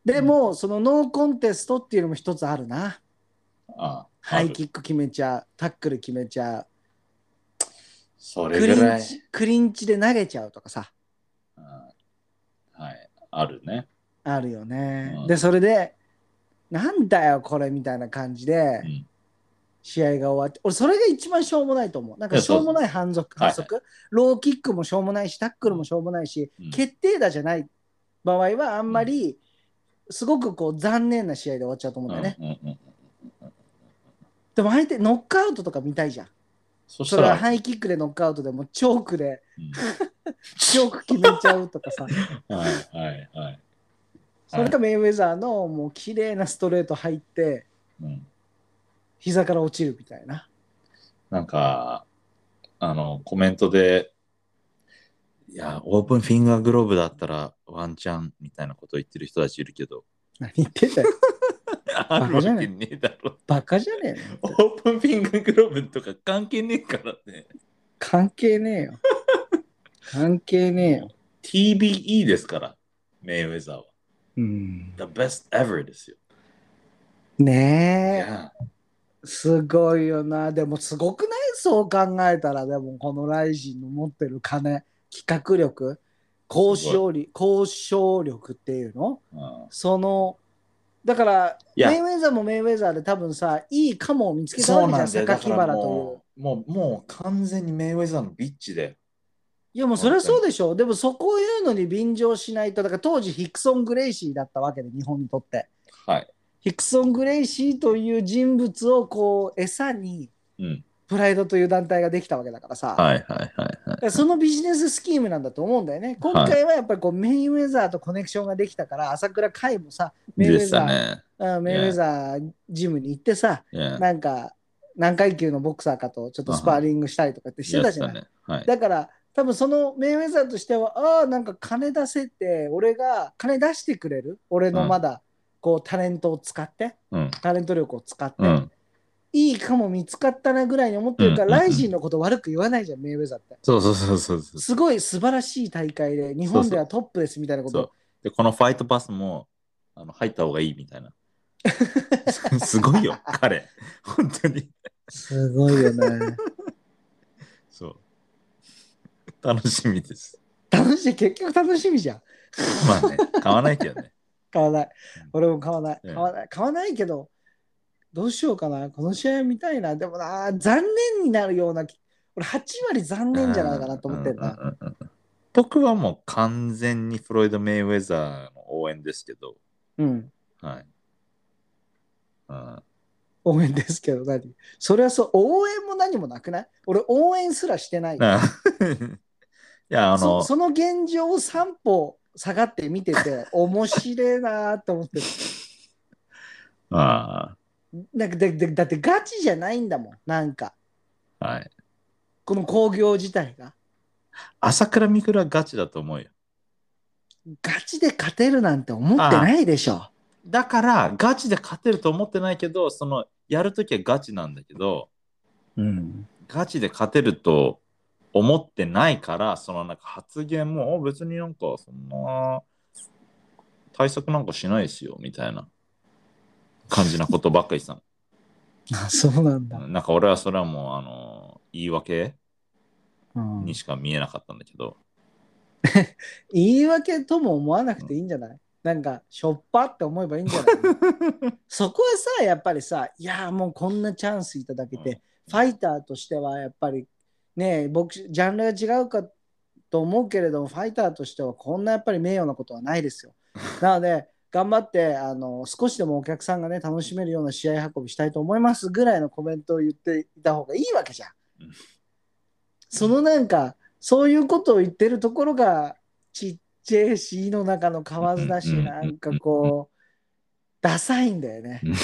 Speaker 1: でも、そのノーコンテストっていうのも一つあるな。
Speaker 2: あ
Speaker 1: ハイ
Speaker 2: ある
Speaker 1: キック決めちゃう、タックル決めちゃう、
Speaker 2: それ
Speaker 1: ク
Speaker 2: ぐ
Speaker 1: リ
Speaker 2: ら
Speaker 1: ン
Speaker 2: い。
Speaker 1: チクリンチで投げちゃうとかさ、
Speaker 2: あはい。あるね。
Speaker 1: あるよね。
Speaker 2: うん
Speaker 1: で、それで、なんだよ、これみたいな感じで
Speaker 2: うん、
Speaker 1: 試合が終わって、俺、それが一番しょうもないと思う。なん
Speaker 2: い
Speaker 1: か
Speaker 2: や
Speaker 1: しょうもない反則、
Speaker 2: はい
Speaker 1: 反則、ローキックもしょうもないし、タックルもしょうもないし、
Speaker 2: うん
Speaker 1: 決定打じゃない場合は、あんまり、すごくこう残念な試合で終わっちゃうと思うんだよね。
Speaker 2: うんうんうん、
Speaker 1: でも、相手、ノックアウトとか見たいじゃん。
Speaker 2: そし
Speaker 1: そ
Speaker 2: た
Speaker 1: れは
Speaker 2: ら、
Speaker 1: ハイキックでノックアウトでも、チョークで、
Speaker 2: うん
Speaker 1: チョーク決めちゃうとかさ。
Speaker 2: はいはいはい。
Speaker 1: それかメイウェザーのもう綺麗なストレート入って
Speaker 2: うん、
Speaker 1: 膝から落ちるみたいな。
Speaker 2: なんか、あの、コメントで、いや、オープンフィンガーグローブだったらワンチャンみたいなこと言ってる人たちいるけど、
Speaker 1: 何言ってん
Speaker 2: [laughs]
Speaker 1: だよ。
Speaker 2: あるわけねえだろ。
Speaker 1: バカじゃねえの
Speaker 2: オープンフィンガーグローブとか関係ねえからね。
Speaker 1: 関係ねえよ。関係ねえよ。
Speaker 2: TBE ですから、メイウェザーは。
Speaker 1: うん、
Speaker 2: The best ever ですよ。い
Speaker 1: ねえ
Speaker 2: や
Speaker 1: すごいよなでもすごくないそう考えたらでもこのライジンの持ってる金企画力交渉力交渉力っていうの
Speaker 2: うん
Speaker 1: そのだから
Speaker 2: いや
Speaker 1: メイウェザーもメイウェザーで多分さいいカモを見つけた
Speaker 2: そ
Speaker 1: わ
Speaker 2: う
Speaker 1: けじ
Speaker 2: な
Speaker 1: ゃ
Speaker 2: ん
Speaker 1: ん
Speaker 2: だ
Speaker 1: 榊
Speaker 2: よ。だか
Speaker 1: 原
Speaker 2: ら
Speaker 1: という
Speaker 2: も。うもう、もう完全にメイウェザーのビッチで。
Speaker 1: いやもうそれはそうでしょう。でもそこを言うのに便乗しないと、だから当時ヒクソン・グレイシーだったわけで、日本にとって。
Speaker 2: はい。
Speaker 1: ヒクソン・グレイシーという人物をこう餌に
Speaker 2: うん、
Speaker 1: プライドという団体ができたわけだからさ、
Speaker 2: はいはいはいは
Speaker 1: からそのビジネススキームなんだと思うんだよね。今回はやっぱりこう、メインウェザーとコネクションができたから、朝倉海もさ、メインウ
Speaker 2: で
Speaker 1: ェ
Speaker 2: し
Speaker 1: ザ
Speaker 2: た
Speaker 1: ー、
Speaker 2: ね。
Speaker 1: うんメインウェザージムに行ってさ、
Speaker 2: Yeah.
Speaker 1: なんか、何階級のボクサーかとちょっとスパーリングしたりとかってしてたじゃない。
Speaker 2: やってたね。はい。
Speaker 1: だから多分そのメインウェザーとしてはああなんか金出せって俺が金出してくれる俺のまだこうタレントを使って
Speaker 2: うん。
Speaker 1: タレント力を使って、
Speaker 2: うん。
Speaker 1: いいかも見つかったなぐらいに思ってるから、
Speaker 2: うんうんうん
Speaker 1: ライジンのこと悪く言わないじゃんメインウェザーって
Speaker 2: そうそうそうそうそう。
Speaker 1: すごい素晴らしい大会で日本ではトップですみたいなこ
Speaker 2: そ
Speaker 1: と
Speaker 2: うで、このファイトパスもあの入った方がいいみたい
Speaker 1: [laughs]
Speaker 2: な。すごいよ、彼。本当に。
Speaker 1: すごいよね
Speaker 2: そう。楽しみです。
Speaker 1: [laughs] 楽しい結局楽しみじゃん
Speaker 2: まあね、買わないけどね。
Speaker 1: 買わない
Speaker 2: うん
Speaker 1: 俺も買わない
Speaker 2: うん
Speaker 1: 買わない買わないけどどうしようかなこの試合見たいなでもな残念になるような気俺8割残念じゃないかなと思ってんな
Speaker 2: うんうんうんうん僕はもう完全にフロイド・メイウェザーの応援ですけど、
Speaker 1: うん
Speaker 2: はい。うん、
Speaker 1: 応援ですけど何それはそう応援も何もなくない俺応援すらしてない
Speaker 2: [laughs] あいや、あの
Speaker 1: そ、その現状を3歩下がって見て [laughs] て面白いなと思ってる
Speaker 2: あ
Speaker 1: なんかででだってガチじゃないんだもんなんか
Speaker 2: あはい。
Speaker 1: この興行自体が
Speaker 2: 朝倉未来はガチだと思うよ。
Speaker 1: ガチで勝てるなんて思ってないでしょ
Speaker 2: だから、ガチで勝てると思ってないけど、その、やるときはガチなんだけど、
Speaker 1: うん
Speaker 2: ガチで勝てると思ってないから、そのなんか発言も、あ別になんかそんな対策なんかしないですよみたいな感じなことばっかりさ。
Speaker 1: あそうなん
Speaker 2: [laughs]
Speaker 1: だ、
Speaker 2: なんか俺はそれはもう、あの、言い訳
Speaker 1: うん
Speaker 2: にしか見えなかったんだけど、
Speaker 1: 言い訳とも思わなくていいんじゃない、なんかしょっぱって思えばいいんじゃ
Speaker 2: [laughs]
Speaker 1: ないそこはさやっぱりさいやーもうこんなチャンスいただけて、
Speaker 2: うん
Speaker 1: ファイターとしてはやっぱりね僕ジャンルが違うかと思うけれどもファイターとしてはこんなやっぱり名誉なことはない
Speaker 2: [laughs]
Speaker 1: ですよなので頑張ってあの少しでもお客さんがね楽しめるような試合運びしたいと思いますぐらいのコメントを言っていた方がいいわけじゃん
Speaker 2: うん
Speaker 1: そのなんかそういうことを言ってるところがちっちゃいしの中の河津だし
Speaker 2: うんうんうんうん
Speaker 1: なんかこうダサいんだよね
Speaker 2: うん。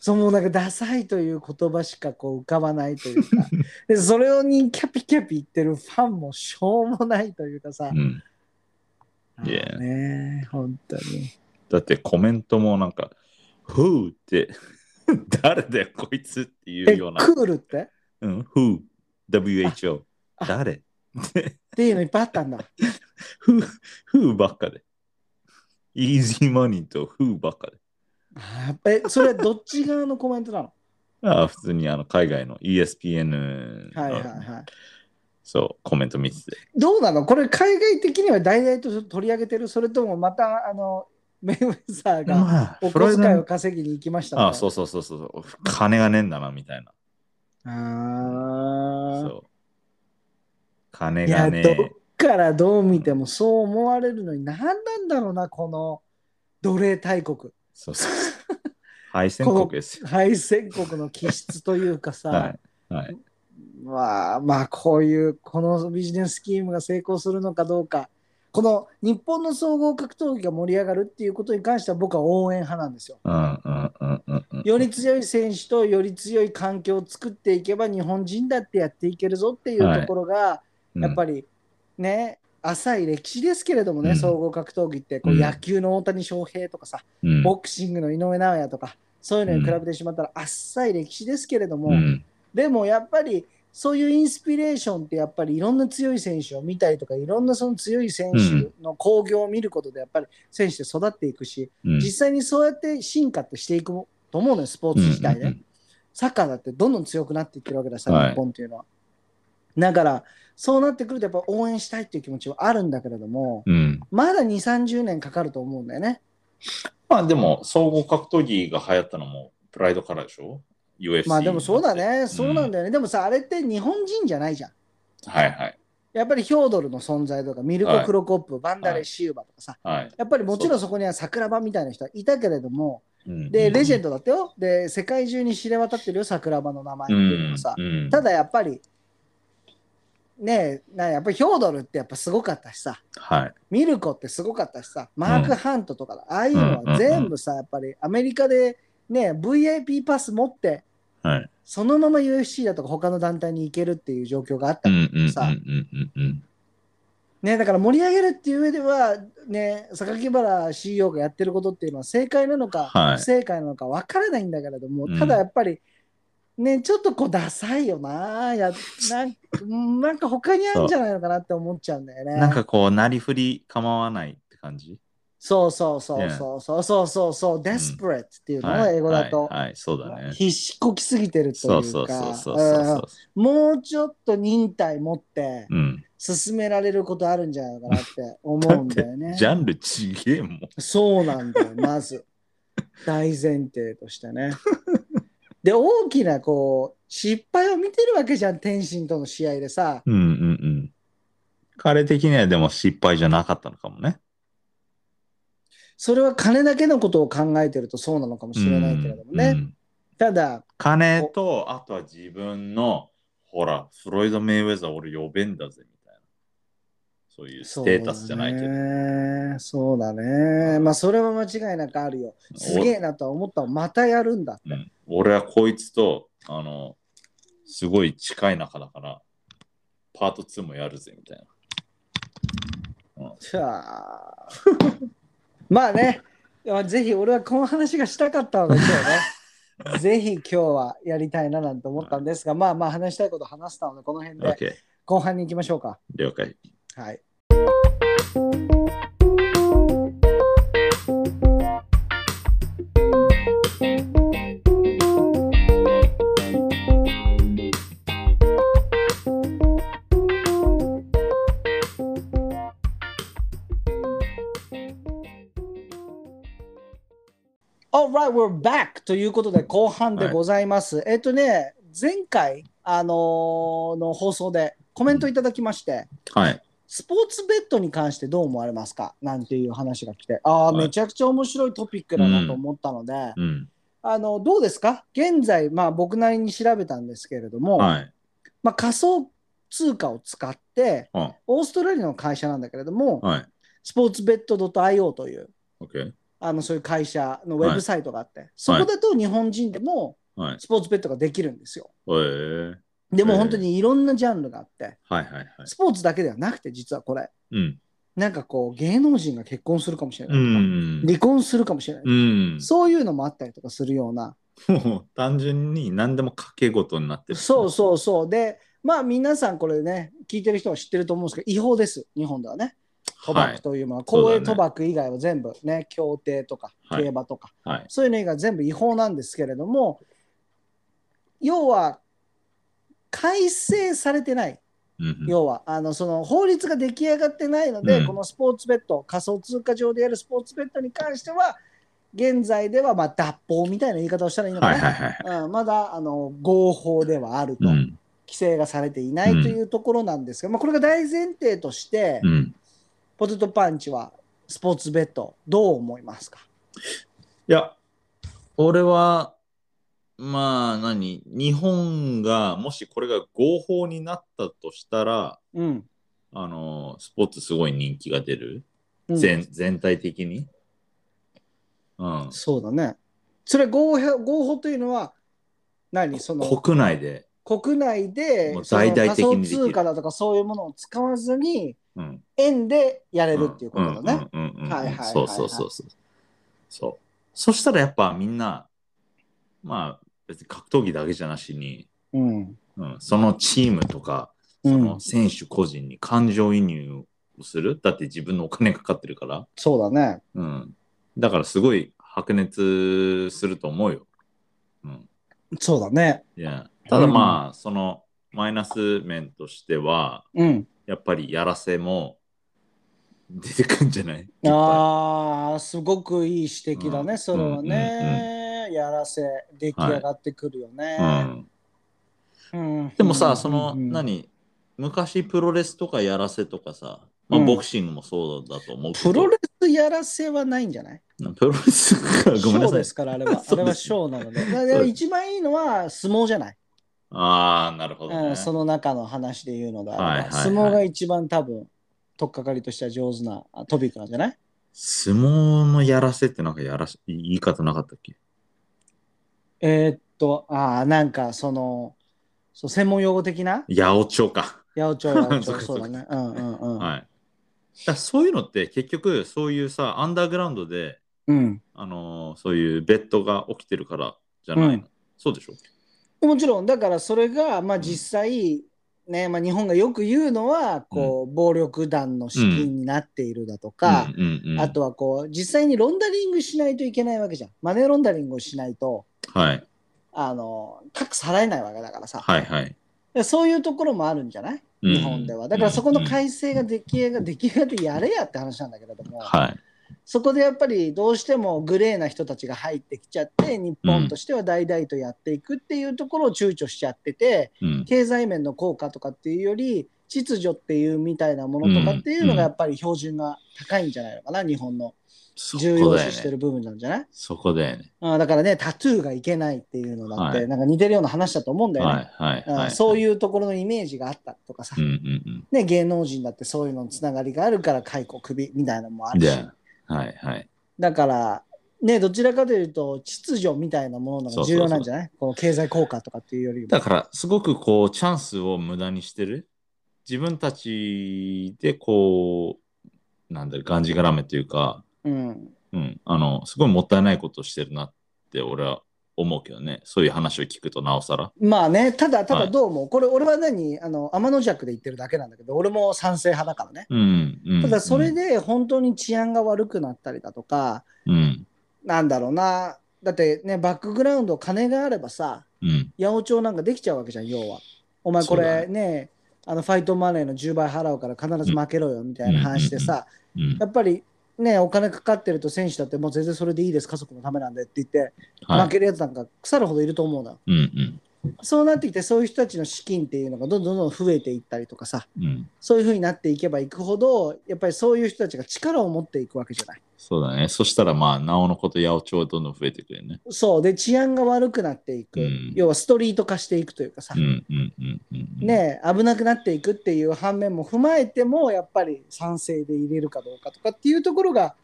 Speaker 1: そのなんかダサいという言葉しかこう浮かばないという
Speaker 2: [laughs]
Speaker 1: かでそれにキャピキャピ言ってるファンもしょうもないというかさ、
Speaker 2: うん、
Speaker 1: あのね本当に
Speaker 2: だってコメントもなんか、ふうって、 [laughs] 誰だよこいつっていう
Speaker 1: え
Speaker 2: よ
Speaker 1: ク
Speaker 2: うな、
Speaker 1: ールってっ
Speaker 2: うん、who、WHO
Speaker 1: あ、
Speaker 2: 誰、
Speaker 1: ていうのいっぱいあったんだ
Speaker 2: ふう、ふうばっかで。イージーマニーとふうばっかで。
Speaker 1: あーえそれはどっち側のコメント
Speaker 2: [laughs]
Speaker 1: なの
Speaker 2: ああ普通にあの海外の ESPN の、
Speaker 1: はいはいはい
Speaker 2: そう、コメント見てて。
Speaker 1: どうなのこれ海外的には大々と取り上げてるそれともまたあの [laughs] メイウェザーが
Speaker 2: まあ、
Speaker 1: お
Speaker 2: フロイ
Speaker 1: 小
Speaker 2: ド
Speaker 1: 遣いを
Speaker 2: の
Speaker 1: 稼ぎに行きました
Speaker 2: ああそううそうそうそう、金がねえんだな、みたいな。
Speaker 1: あ
Speaker 2: そう。金
Speaker 1: ーいやど
Speaker 2: がね
Speaker 1: っ
Speaker 2: え。
Speaker 1: からどう見てもそう思われるのに何なんだろうなこの奴隷大国
Speaker 2: そうそう。敗戦国ですよ。
Speaker 1: 敗戦国の気質というかさ、
Speaker 2: [laughs] はい。はい。
Speaker 1: まあまあこういうこのビジネススキームが成功するのかどうかこの日本の総合格闘技が盛り上がるっていうことに関しては僕は応援派なんですよ。
Speaker 2: うんうんうんうんうん。
Speaker 1: より強い選手とより強い環境を作っていけば日本人だってやっていけるぞっていうところが、やっぱりね、浅い歴史ですけれどもね、
Speaker 2: うん
Speaker 1: 総合格闘技ってこう
Speaker 2: うん
Speaker 1: 野球の大谷翔平とかさ、
Speaker 2: り、うん
Speaker 1: ボクシングの井上尚弥とか、そういうのに比べてしまったら浅い歴史ですけれども、
Speaker 2: うん
Speaker 1: でもやっぱりそういうインスピレーションってやっぱりいろんな強い選手を見たりとか、いろんなその強い選手の興行を見ることでやっぱり選手って育っていくし、
Speaker 2: うん
Speaker 1: 実際にそうやって進化ってしていくと思うのよ、スポーツ自体で。
Speaker 2: うんうんうん
Speaker 1: サッカーだってどんどん強くなっていってるわけだし、
Speaker 2: はい
Speaker 1: 日本っていうのは。だから、そうなってくると、やっぱ応援したいっていう気持ちはあるんだけれども、
Speaker 2: うん。
Speaker 1: まだ2、30年かかると思うんだよね。
Speaker 2: まあでも、総合格闘技が流行ったのもプライドからでしょ ?UFC。
Speaker 1: まあでもそうだ。ね、そうなんだよね。でもさ、あれって日本人じゃないじゃん。
Speaker 2: はいはい。
Speaker 1: やっぱりヒョードルの存在とか、ミルコ・クロコップ、バンダレ・シウバとかさ、
Speaker 2: はい。
Speaker 1: やっぱりもちろんそこには桜庭みたいな人はいたけれども、
Speaker 2: うん
Speaker 1: で、レジェンドだったよ。で、世界中に知れ渡ってるよ、桜庭の名前っていうのはさ。
Speaker 2: うんうん
Speaker 1: ただやっぱり、ねなやっぱりヒョードルってやっぱすごかったしさ
Speaker 2: はい。
Speaker 1: ミルコってすごかったしさマーク・ハントとかだ、ああいうのは全部さやっぱりアメリカでね VIP パス持って
Speaker 2: はい。
Speaker 1: そのまま UFC だとか他の団体に行けるっていう状況があったか
Speaker 2: う
Speaker 1: ら
Speaker 2: んうんうん
Speaker 1: さ
Speaker 2: うんうんうん。
Speaker 1: ね、だから盛り上げるっていう上では、ね、榊原 CEO がやってることっていうのは正解なのか、
Speaker 2: はい
Speaker 1: 不正解なのか分からないんだけれども、
Speaker 2: うん
Speaker 1: ただやっぱり、ね、ちょっとこうダサいよなやなんうんなんか他にあるんじゃないのかなって思っちゃうんだよね。
Speaker 2: なんかこう、なりふり構わないって感じ。
Speaker 1: そうそうそうそうそうそうそうそう、desperate っていうのが英語だと、
Speaker 2: はい、はいはいそうだね。
Speaker 1: 必死こきすぎてると
Speaker 2: そ
Speaker 1: いうう
Speaker 2: そうそ
Speaker 1: か
Speaker 2: うそうそう
Speaker 1: う
Speaker 2: そ
Speaker 1: ん
Speaker 2: う。
Speaker 1: もうちょっと忍耐持って
Speaker 2: うん。
Speaker 1: 進められることあるんじゃないのかなって思うんだよね。
Speaker 2: ジャンルちげえもん。
Speaker 1: そうなんだよ、ま
Speaker 2: [laughs]
Speaker 1: ず。大前提としてね。で、大きなこう、失敗を見てるわけじゃん、天心との試合でさ。
Speaker 2: うんうんうん。彼的にはでも失敗じゃなかったのかもね。
Speaker 1: それは金だけのことを考えてるとそうなのかもしれないけれどもね。
Speaker 2: うんうん
Speaker 1: ただ、
Speaker 2: 金と、あとは自分の、ほら、フロイド・メイウェザー俺呼べんだぜみたいな。そういうステータスじゃないけど。
Speaker 1: ど。そうだね。まあ、それは間違いなくあるよ。すげえなとは思ったわまたやるんだって。
Speaker 2: うん、俺はこいつと、あの、すごい近い仲だから、パート2もやるぜみたいな。うん
Speaker 1: さあ [laughs] まあね、まあぜひ俺はこの話がしたかったので今日ね、ぜひ今日はやりたいななんて思ったんですが、まあまあ話したいこと話したので、この辺で
Speaker 2: OK、
Speaker 1: 後半に行きましょうか。
Speaker 2: 了解。
Speaker 1: はい。Alright, we're back! ということで後半でございます。えっとね、前回、あのーの放送でコメントいただきまして、
Speaker 2: はい。
Speaker 1: スポーツベッドに関してどう思われますかなんていう話が来て、ああ、
Speaker 2: はい
Speaker 1: めちゃくちゃ面白いトピックだなと思ったので、
Speaker 2: うん。
Speaker 1: あのどうですか現在、まあ、僕なりに調べたんですけれども、
Speaker 2: はい。
Speaker 1: まあ、仮想通貨を使って、
Speaker 2: あ
Speaker 1: オーストラリアの会社なんだけれども、
Speaker 2: はい。
Speaker 1: スポーツベッド .io という
Speaker 2: OK。
Speaker 1: あのそういう会社のウェブサイトがあって、そこだと日本人でも
Speaker 2: はい。
Speaker 1: スポーツベッドができるんですよ。
Speaker 2: えー、
Speaker 1: でも
Speaker 2: へえ
Speaker 1: 本当にいろんなジャンルがあって、
Speaker 2: はいはいはい。
Speaker 1: スポーツだけではなくて、実はこれ、
Speaker 2: うん。
Speaker 1: なんかこう、芸能人が結婚するかもしれな
Speaker 2: う
Speaker 1: いとか。
Speaker 2: ん。
Speaker 1: 離婚するかもしれない、
Speaker 2: うん。
Speaker 1: そういうのもあったりとかするような、
Speaker 2: [laughs] もう単純に何でも掛け事になってる。
Speaker 1: そうそうそうでまあ皆さんこれね聞いてる人は知ってると思うんですけど違法です日本ではね賭
Speaker 2: はい
Speaker 1: 博というものは、
Speaker 2: そう
Speaker 1: 公
Speaker 2: だ
Speaker 1: 営
Speaker 2: ね
Speaker 1: 賭博以外は全部ね競艇とか
Speaker 2: はい
Speaker 1: 競馬とか、
Speaker 2: はい。
Speaker 1: そういうの以外は全部違法なんですけれども要は改正されてない
Speaker 2: うん
Speaker 1: 要はあのその法律が出来上がってないので、
Speaker 2: うん
Speaker 1: このスポーツベッド仮想通貨上でやるスポーツベッドに関しては現在ではまあ脱法みたいな言い方をしたらいいのか
Speaker 2: はい
Speaker 1: な、
Speaker 2: はいはい。
Speaker 1: うん、まだあの合法ではあると、
Speaker 2: う
Speaker 1: 規
Speaker 2: ん。
Speaker 1: 制がされていないというところなんですが、まあ、これが大前提として、
Speaker 2: うん。
Speaker 1: ポテトパンチはスポーツベッドどう思いますか
Speaker 2: いや、俺は、まあ何、日本がもしこれが合法になったとしたら、
Speaker 1: うん、
Speaker 2: あのスポーツすごい人気が出る、
Speaker 1: うん
Speaker 2: 全全体的に。うん、
Speaker 1: そうだねそれ合法合法というのは何その
Speaker 2: 国内で、
Speaker 1: 国内で
Speaker 2: もう
Speaker 1: その
Speaker 2: 大々
Speaker 1: 仮
Speaker 2: 的
Speaker 1: 想
Speaker 2: にできる
Speaker 1: 通貨だとかそういうものを使わずに
Speaker 2: うん、
Speaker 1: 円でやれるっていうことだね、
Speaker 2: うんうんうんうん
Speaker 1: はいはいはいはい
Speaker 2: そうそうそうそう。そう。そしたらやっぱみんな、まあ別に格闘技だけじゃなしに、
Speaker 1: うん
Speaker 2: うん、そのチームとか、
Speaker 1: う
Speaker 2: そ
Speaker 1: ん
Speaker 2: の選手個人に感情移入をする。だって自分のお金かかってるから。
Speaker 1: そうだね
Speaker 2: うん。だからすごい白熱すると思うよ。うん。
Speaker 1: そうだね
Speaker 2: いや。ただまあ、そのマイナス面としては、
Speaker 1: うん
Speaker 2: やっぱりやらせも出てくんじゃない
Speaker 1: あーすごくいい指摘だね、
Speaker 2: うん
Speaker 1: それはね、やらせ出来上がってくるよ
Speaker 2: いっぱいう
Speaker 1: ね、
Speaker 2: ん。
Speaker 1: うん
Speaker 2: でもさ、その、
Speaker 1: うん
Speaker 2: 何昔プロレスとかやらせとかさ、まあ、
Speaker 1: うん
Speaker 2: ボクシングもそうだと思うけど、
Speaker 1: プロレスやらせはないんじゃない
Speaker 2: うんプロレスか、ごめん
Speaker 1: ショー
Speaker 2: なさ
Speaker 1: で
Speaker 2: い
Speaker 1: す。からあれは
Speaker 2: [laughs] そうです
Speaker 1: あれはショーなのでだから
Speaker 2: そうです
Speaker 1: 一番いいのは相撲じゃない
Speaker 2: あああ、なるほど、
Speaker 1: う
Speaker 2: ね。
Speaker 1: ん、その中の話で言うのであれば、
Speaker 2: はいはいはい
Speaker 1: 相撲が一番多分、とっかかりとしては上手なあトピックなんじゃない
Speaker 2: 相撲のやらせってなんかやらし言い方なかったっけ
Speaker 1: えーっと、ああ、なんかその、そう専門用語的な
Speaker 2: 八百長か。
Speaker 1: 八百長、八百
Speaker 2: [laughs] そっ
Speaker 1: 長、
Speaker 2: か
Speaker 1: そ
Speaker 2: そっ
Speaker 1: う
Speaker 2: か
Speaker 1: だね。うんうんうん。
Speaker 2: はい。だからそういうのって結局そういうさ、アンダーグラウンドで、
Speaker 1: うん、
Speaker 2: あのーそういうベッドが起きてるからじゃないの、
Speaker 1: うん
Speaker 2: そうでしょ
Speaker 1: もちろん、だからそれが、まあ実際、ねまあ、日本がよく言うのはこう、暴力団の資金になっているだとか、
Speaker 2: うんうんうん、
Speaker 1: あとはこう実際にロンダリングしないといけないわけじゃん。マネーロンダリングをしないと、
Speaker 2: はい、
Speaker 1: あの、タックス払えないわけだからさ。
Speaker 2: はいはい。
Speaker 1: でそういうところもあるんじゃない
Speaker 2: うん
Speaker 1: 日本では。だからそこの改正が出来上が出来上がってやれやって話なんだけれども、
Speaker 2: はい。
Speaker 1: そこでやっぱりどうしてもグレーな人たちが入ってきちゃって、日本としては大々とやっていくっていうところを躊躇しちゃってて、
Speaker 2: うん、
Speaker 1: 経済面の効果とかっていうより、秩序っていうみたいなものとかっていうのがやっぱり標準が高いんじゃないのかな、日本の
Speaker 2: そ
Speaker 1: 重要
Speaker 2: こだ
Speaker 1: 視して
Speaker 2: よね。
Speaker 1: る部分なんじゃない
Speaker 2: そこだよね。
Speaker 1: あーだからね、タトゥーがいけないっていうのだって、
Speaker 2: は
Speaker 1: なんか似てるような話だと思うんだよね。
Speaker 2: はいはい
Speaker 1: あ
Speaker 2: は
Speaker 1: ー
Speaker 2: い。
Speaker 1: そう
Speaker 2: う。
Speaker 1: いうところのイメージがあったとかさ、
Speaker 2: うんうん
Speaker 1: ね、芸能人だってそういうのつながりがあるから解雇首みたいなのもあ
Speaker 2: うん。
Speaker 1: るし
Speaker 2: で、、はいはい。
Speaker 1: だから、ね、どちらかというと秩序みたいなものの方が重要なんじゃないこの経済効果とかっていうよりも。
Speaker 2: だから、すごくこう、チャンスを無駄にしてる。自分たちでこう、なんだろう、がんじがらめというか、
Speaker 1: うん、
Speaker 2: うん、あの、すごいもったいないことをしてるなって俺は思うけどね。そういう話を聞くとなおさら。
Speaker 1: まあね、ただた
Speaker 2: は
Speaker 1: だ
Speaker 2: い
Speaker 1: どうも、これ俺は何、あの天の弱で言ってるだけなんだけど、俺も賛成派だからね。
Speaker 2: うん、うん。
Speaker 1: ただそれ
Speaker 2: で、
Speaker 1: で本当に治安が悪くなったりだとか、
Speaker 2: うん、
Speaker 1: なんだろうな、だってね、バックグラウンド、金があればさ、
Speaker 2: うん、
Speaker 1: 八百長なんかできちゃうわけじゃん、要は。お前こ
Speaker 2: そうだ
Speaker 1: れね、あのファイトマネーの10倍払うから必ず負けろよみたいな話でさ、
Speaker 2: うん。
Speaker 1: やっぱりね、お金かかってると選手だってもう全然それでいいです、家族のためなんでって言って、
Speaker 2: は
Speaker 1: 負
Speaker 2: い。
Speaker 1: けるやつなんか腐るほどいると思うのよ。
Speaker 2: うん、うん、
Speaker 1: そうなってきて、そういう人たちの資金っていうのがどんどんどんどん増えていったりとかさ、
Speaker 2: うん。
Speaker 1: そういうふうになっていけばいくほど、やっぱりそういう人たちが力を持っていくわけじゃない。
Speaker 2: そうだね。そしたらまあ、なおのこと、八百長はどんどん増えてくるよね。
Speaker 1: そうで治安が悪くなっていく、
Speaker 2: うん
Speaker 1: 要はストリート化していくというかさ、
Speaker 2: うん、うん、うん、うん。。
Speaker 1: ねえ危なくなっていくっていう反面も踏まえてもやっぱり賛成で入れるかどうかとかっていうところが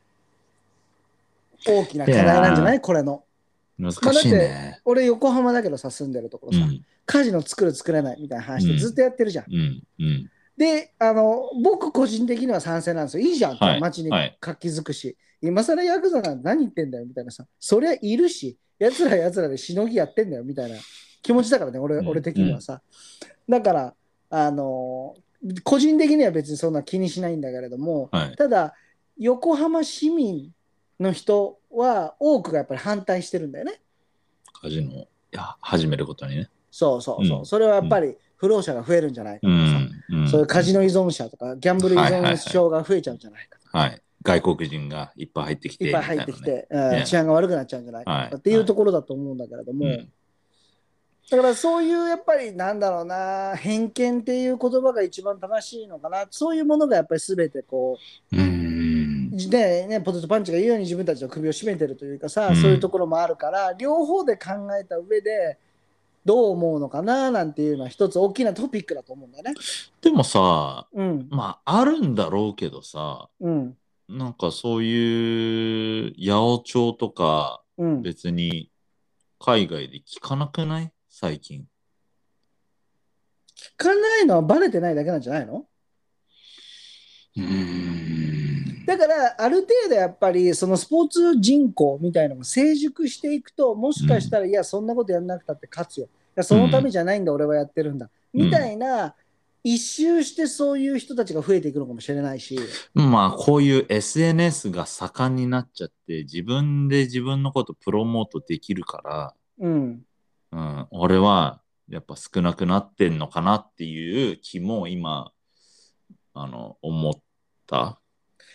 Speaker 1: 大きな課題なんじゃないいこれの
Speaker 2: 難しいね。
Speaker 1: 俺横浜だけどさ住んでるとこ
Speaker 2: う
Speaker 1: ろさ、
Speaker 2: ん、
Speaker 1: カジノ作る作れないみたいな話
Speaker 2: う
Speaker 1: で
Speaker 2: ん
Speaker 1: ずっとやってるじゃん、
Speaker 2: うん、うん。
Speaker 1: であの僕個人的には賛成なんですよいいじゃん、
Speaker 2: はい
Speaker 1: 街に
Speaker 2: はい
Speaker 1: 活気づくし、今更ヤクザなんて何言ってんだよみたいなさそりゃいるしやつらやつらでしのぎやってんだよみたいな気持ちだからね俺,、
Speaker 2: うん
Speaker 1: 俺的にはさだからあの個人的には別にそんな気にしないんだけれども
Speaker 2: はい。
Speaker 1: ただ横浜市民の人は多くがやっぱり反対してるんだよね
Speaker 2: カジノをいや始めることにね。
Speaker 1: そうそうそう、
Speaker 2: うん
Speaker 1: それはやっぱり不老者が増えるんじゃないか
Speaker 2: う
Speaker 1: とかさ、
Speaker 2: ん。うん、
Speaker 1: そういうカジノ依存者とかギャンブル依存症が増えちゃうんじゃないかとか、
Speaker 2: はい。外国人がいっぱい入ってきて。
Speaker 1: いっぱい入ってき
Speaker 2: み
Speaker 1: て、うん
Speaker 2: ね
Speaker 1: 治安が悪くなっちゃうんじゃないかとかっていうところだと思うんだけれども、
Speaker 2: たいなね。
Speaker 1: だからそういうやっぱりなんだろうな偏見っていう言葉が一番正しいのかなそういうものがやっぱり全てこ
Speaker 2: うん。うん
Speaker 1: うねねポテトパンチが言うように自分たちの首を絞めてるというかさ、
Speaker 2: うん
Speaker 1: そういうところもあるから両方で考えた上でどう思うのかななんていうのは一つ大きなトピックだと思うんだよね。
Speaker 2: でもさ、
Speaker 1: うん
Speaker 2: まあ、あるんだろうけどさ、
Speaker 1: うん
Speaker 2: なんかそういう八百長とか、
Speaker 1: うん、
Speaker 2: 別に海外で聞かなくない最近。
Speaker 1: 聞かないのはバレてないだけなんじゃないの
Speaker 2: うん。
Speaker 1: だから、ある程度やっぱり、そのスポーツ人口みたいなのも成熟していくと、もしかしたら、いや、そんなことやんなくたって勝つよ。いや、そのためじゃないんだ、俺はやってるんだ。
Speaker 2: うん
Speaker 1: みたいな、一周してそういう人たちが増えていくのかもしれないし、
Speaker 2: まあ、こういう SNS が盛んになっちゃって、自分で自分のことプロモートできるから、
Speaker 1: うん。
Speaker 2: うん、俺はやっぱ少なくなってんのかなっていう気も今、あの、思った。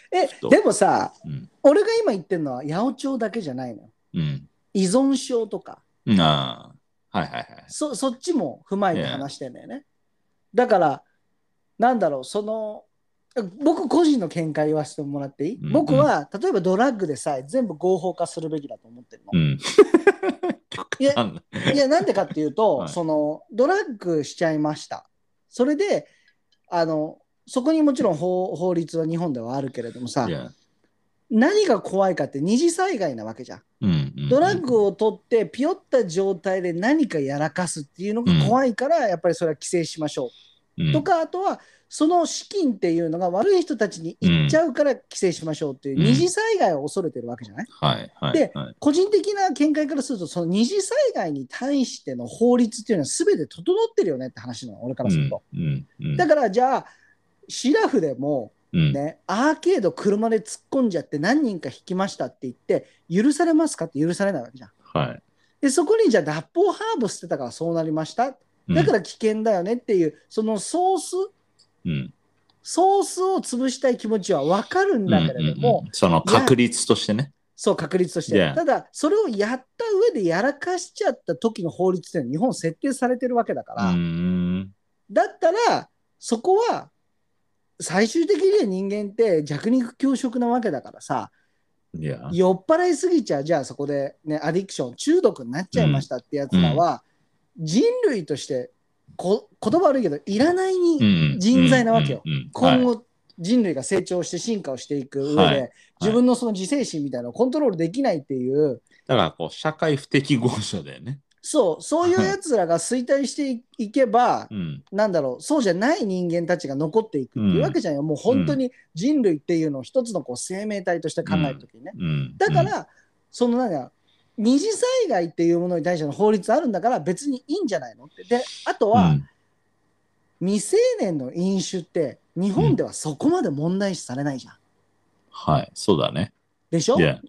Speaker 1: え
Speaker 2: そ、う
Speaker 1: でもさ、
Speaker 2: うん。
Speaker 1: 俺が今言ってるのは、八百長だけじゃないのよ。
Speaker 2: うん。
Speaker 1: 依存症とか、
Speaker 2: うんああ。はいはいはい。
Speaker 1: そそっちも踏まえて話してんだよね。だから、なんだろう、その、僕個人の見解言わせてもらっていい、
Speaker 2: うんうん
Speaker 1: 僕は、例え [laughs] ばドラッグでさえ全部合法化するべきだと思ってるの。
Speaker 2: うん。
Speaker 1: いや
Speaker 2: なんだ
Speaker 1: いや、なんでかっていうと、
Speaker 2: [laughs] はい
Speaker 1: その、ドラッグしちゃいました。それで、あの、そこにもちろん法法律は日本ではあるけれどもさ、
Speaker 2: Yeah.
Speaker 1: 何が怖いかって二次災害なわけじゃん。
Speaker 2: うんうんうん
Speaker 1: ドラッグを取ってピヨった状態で何かやらかすっていうのが怖いから、やっぱりそれは規制しましょ
Speaker 2: うん
Speaker 1: う。とか、あとは、その資金っていうのが悪い人たちに行っちゃうから規制しましょうっていう
Speaker 2: うん
Speaker 1: 二次災害を恐れてるわけじゃない
Speaker 2: はいはい。
Speaker 1: で
Speaker 2: はい、
Speaker 1: 個人的な見解からすると、その二次災害に対しての法律っていうのは全て整ってるよねって話なの、俺からすると。
Speaker 2: うんうん
Speaker 1: だからじゃあ、シラフでも、
Speaker 2: うん
Speaker 1: ね、アーケード車で突っ込んじゃって何人か引きましたって言って、許されますかって許されないわけじゃん。
Speaker 2: は
Speaker 1: で、そこにじゃあ脱法ハーブ捨てたからそうなりました。
Speaker 2: い。
Speaker 1: だから危険だよねっていう、そのソース、
Speaker 2: うん、うん
Speaker 1: ソースを潰したい気持ちはわかるんだけれども、
Speaker 2: うんうんうんその確率としてね。
Speaker 1: そう、確率として。
Speaker 2: Yeah.
Speaker 1: ただ、それをやった上でやらかしちゃった時の法律っていうのは日本設定されてるわけだか
Speaker 2: う
Speaker 1: ら、
Speaker 2: ーん。
Speaker 1: だったら、そこは、最終的には人間って弱肉強食なわけだからさ、
Speaker 2: いや。
Speaker 1: 酔っ払いすぎちゃ、じゃあそこでね、アディクション、中毒になっちゃいましたってやつらは、人類として、こ言葉悪いけど、いらないに
Speaker 2: うん
Speaker 1: 人材なわけよ。
Speaker 2: うんうんうん
Speaker 1: 今
Speaker 2: はい
Speaker 1: 後人類が成長して進化をしていく上で、
Speaker 2: はい
Speaker 1: 自分のその自制心みたいなのをコントロールできないっていう、
Speaker 2: だからこう、社会不適合者だよね。
Speaker 1: そう、そういうやつらが衰退していいけば、
Speaker 2: うん。
Speaker 1: なんだろう、そうじゃない人間たちが残っていくっていうわけじゃんよ。もう本当に人類っていうのを一つのこう生命体として考えるときにね。
Speaker 2: うん。
Speaker 1: だから、そのなんか、二次災害っていうものに対しての法律あるんだから別にいいんじゃないのって。で、あと
Speaker 2: う
Speaker 1: は、
Speaker 2: ん、
Speaker 1: 未成年の飲酒って日本ではそこまで問題視されないじゃん。
Speaker 2: はい、そうだね。
Speaker 1: でしょ
Speaker 2: いや。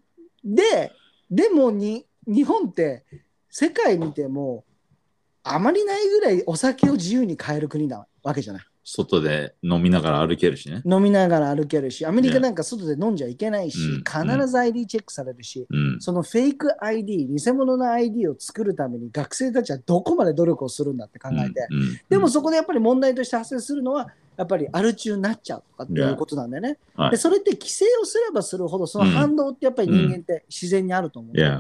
Speaker 1: で、でもに日本って世界見てもあまりないぐらいお酒を自由に買える国なわけじゃない。
Speaker 2: 外で飲みながら歩けるしね。
Speaker 1: 飲みながら歩けるし、アメリカ
Speaker 2: Yeah.
Speaker 1: なんか外で飲んじゃいけないし、
Speaker 2: うん
Speaker 1: 必ず ID チェックされるし、
Speaker 2: うん。
Speaker 1: そのフェイク ID、偽物の ID を作るために学生たちはどこまで努力をするんだって考えて、
Speaker 2: うんうん
Speaker 1: でもそこでやっぱり問題として発生するのは、やっぱりアル中になっちゃうとかっていう
Speaker 2: Yeah.
Speaker 1: ことなんだよね。
Speaker 2: はい
Speaker 1: でそれって規制をすればするほど、その反動ってやっぱり人間って自然にあると思ってて、
Speaker 2: Yeah.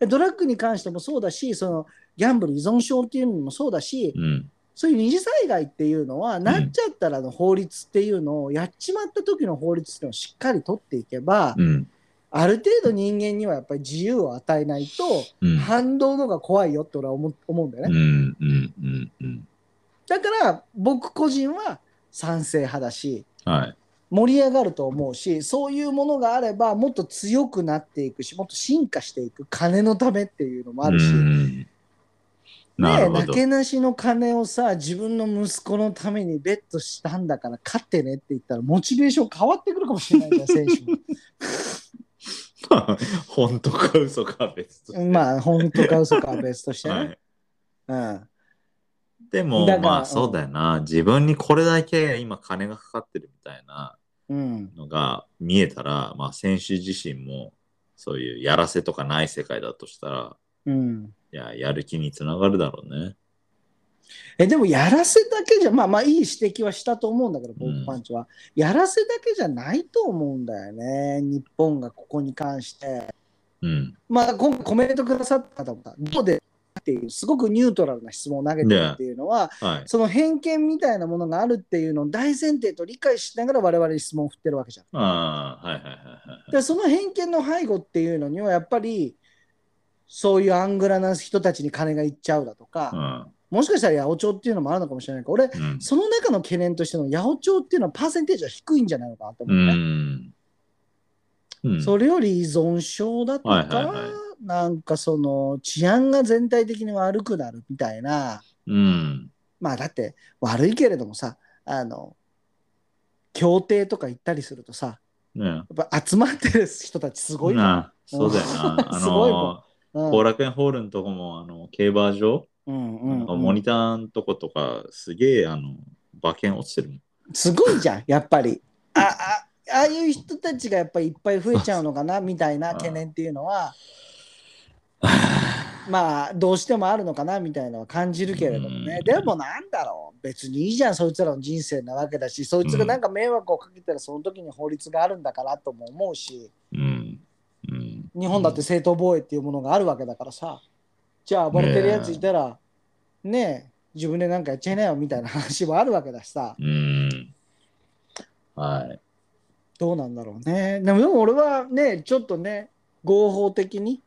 Speaker 1: でドラッグに関してもそうだし、そのギャンブル依存症っていうのもそうだし、
Speaker 2: うん。
Speaker 1: そういう二次災害っていうのは、なっちゃったらの法律っていうのを、やっちまった時の法律っていうのをしっかり取っていけば、
Speaker 2: うん。
Speaker 1: ある程度人間にはやっぱり自由を与えないと、
Speaker 2: うん。
Speaker 1: 反動のが怖いよって俺は思う思うんだよね。
Speaker 2: うん。うん。うん。うん。
Speaker 1: だから僕個人は賛成派だし
Speaker 2: はい。
Speaker 1: 盛り上がると思うしそういうものがあればもっと強くなっていくしもっと進化していく金のためっていうのもあるし、
Speaker 2: う
Speaker 1: ね
Speaker 2: んなるほ
Speaker 1: な
Speaker 2: ど。
Speaker 1: けなしの金をさ自分の息子のためにベットしたんだから勝ってねって言ったらモチベーション変わってくるかもしれないじゃん選手
Speaker 2: [laughs] 本当か嘘かは別として [laughs]
Speaker 1: も。まあ本当か嘘かは別としてね。
Speaker 2: はい、
Speaker 1: うん
Speaker 2: でも
Speaker 1: だから
Speaker 2: ま
Speaker 1: うん
Speaker 2: あそうだよな自分にこれだけ今金がかかってるみたいな
Speaker 1: うん、
Speaker 2: のが見えたら、まあ、選手自身もそういうやらせとかない世界だとしたら
Speaker 1: うん
Speaker 2: いややる気につながるだろうね。
Speaker 1: えでもやらせだけじゃまあまあいい指摘はしたと思うんだけどボ
Speaker 2: うん
Speaker 1: ールパンチは、やらせだけじゃないと思うんだよね日本がここに関して
Speaker 2: うん。
Speaker 1: まあ今回コメントくださった方もさどうでっていうすごくニュートラルな質問を投げてるっていうのは、
Speaker 2: はい。
Speaker 1: その偏見みたいなものがあるっていうのを大前提と理解しながら我々に質問を振ってるわけじゃん。
Speaker 2: ああ、はいはいはいはいはい。
Speaker 1: でその偏見の背後っていうのにはやっぱりそういうアングラな人たちに金がいっちゃうだとか、もしかしたら八百長っていうのもあるのかもしれないけど俺
Speaker 2: うん。うん
Speaker 1: その中の懸念としての八百長っていうのはパーセンテージは低いんじゃないのかなと
Speaker 2: う
Speaker 1: 思う、ね
Speaker 2: ん。うん。
Speaker 1: それより依存症だとか、
Speaker 2: はいはいはい
Speaker 1: なんかその治安が全体的に悪くなるみたいな、
Speaker 2: うん。
Speaker 1: まあだって悪いけれどもさ、あの、協定とか行ったりするとさ、
Speaker 2: ね。
Speaker 1: やっぱ集まってる人たちすごいよ
Speaker 2: なそうだよな。あ
Speaker 1: すごいもんう
Speaker 2: の、
Speaker 1: ん
Speaker 2: 後楽園ホールのとこも、あの、競馬場、
Speaker 1: うんう
Speaker 2: なん
Speaker 1: ん
Speaker 2: か
Speaker 1: うん
Speaker 2: モニターのとことか、すげえ、あの、馬券落ちてるもん。
Speaker 1: すごいじゃん、やっぱり。ああああいう人たちがやっぱりいっぱい増えちゃうの [laughs] かなみたいな懸念っていうのは、 [sighs] まあどうしてもあるのかなみたいなのは感じるけれどもね
Speaker 2: うん
Speaker 1: でもなんだろう別にいいじゃんそいつらの人生なわけだしそいつがなんか迷惑をかけたらその時に法律があるんだからとも思うし
Speaker 2: うん。うん。
Speaker 1: 日本だって正当防衛っていうものがあるわけだからさじゃあ暴れてるやついたら、ねえ、自分でなんかやっちゃいなよみたいな話もあるわけだしさ、
Speaker 2: うん。はい。
Speaker 1: どうなんだろうね。でもでも俺はね、ちょっとね、合法的に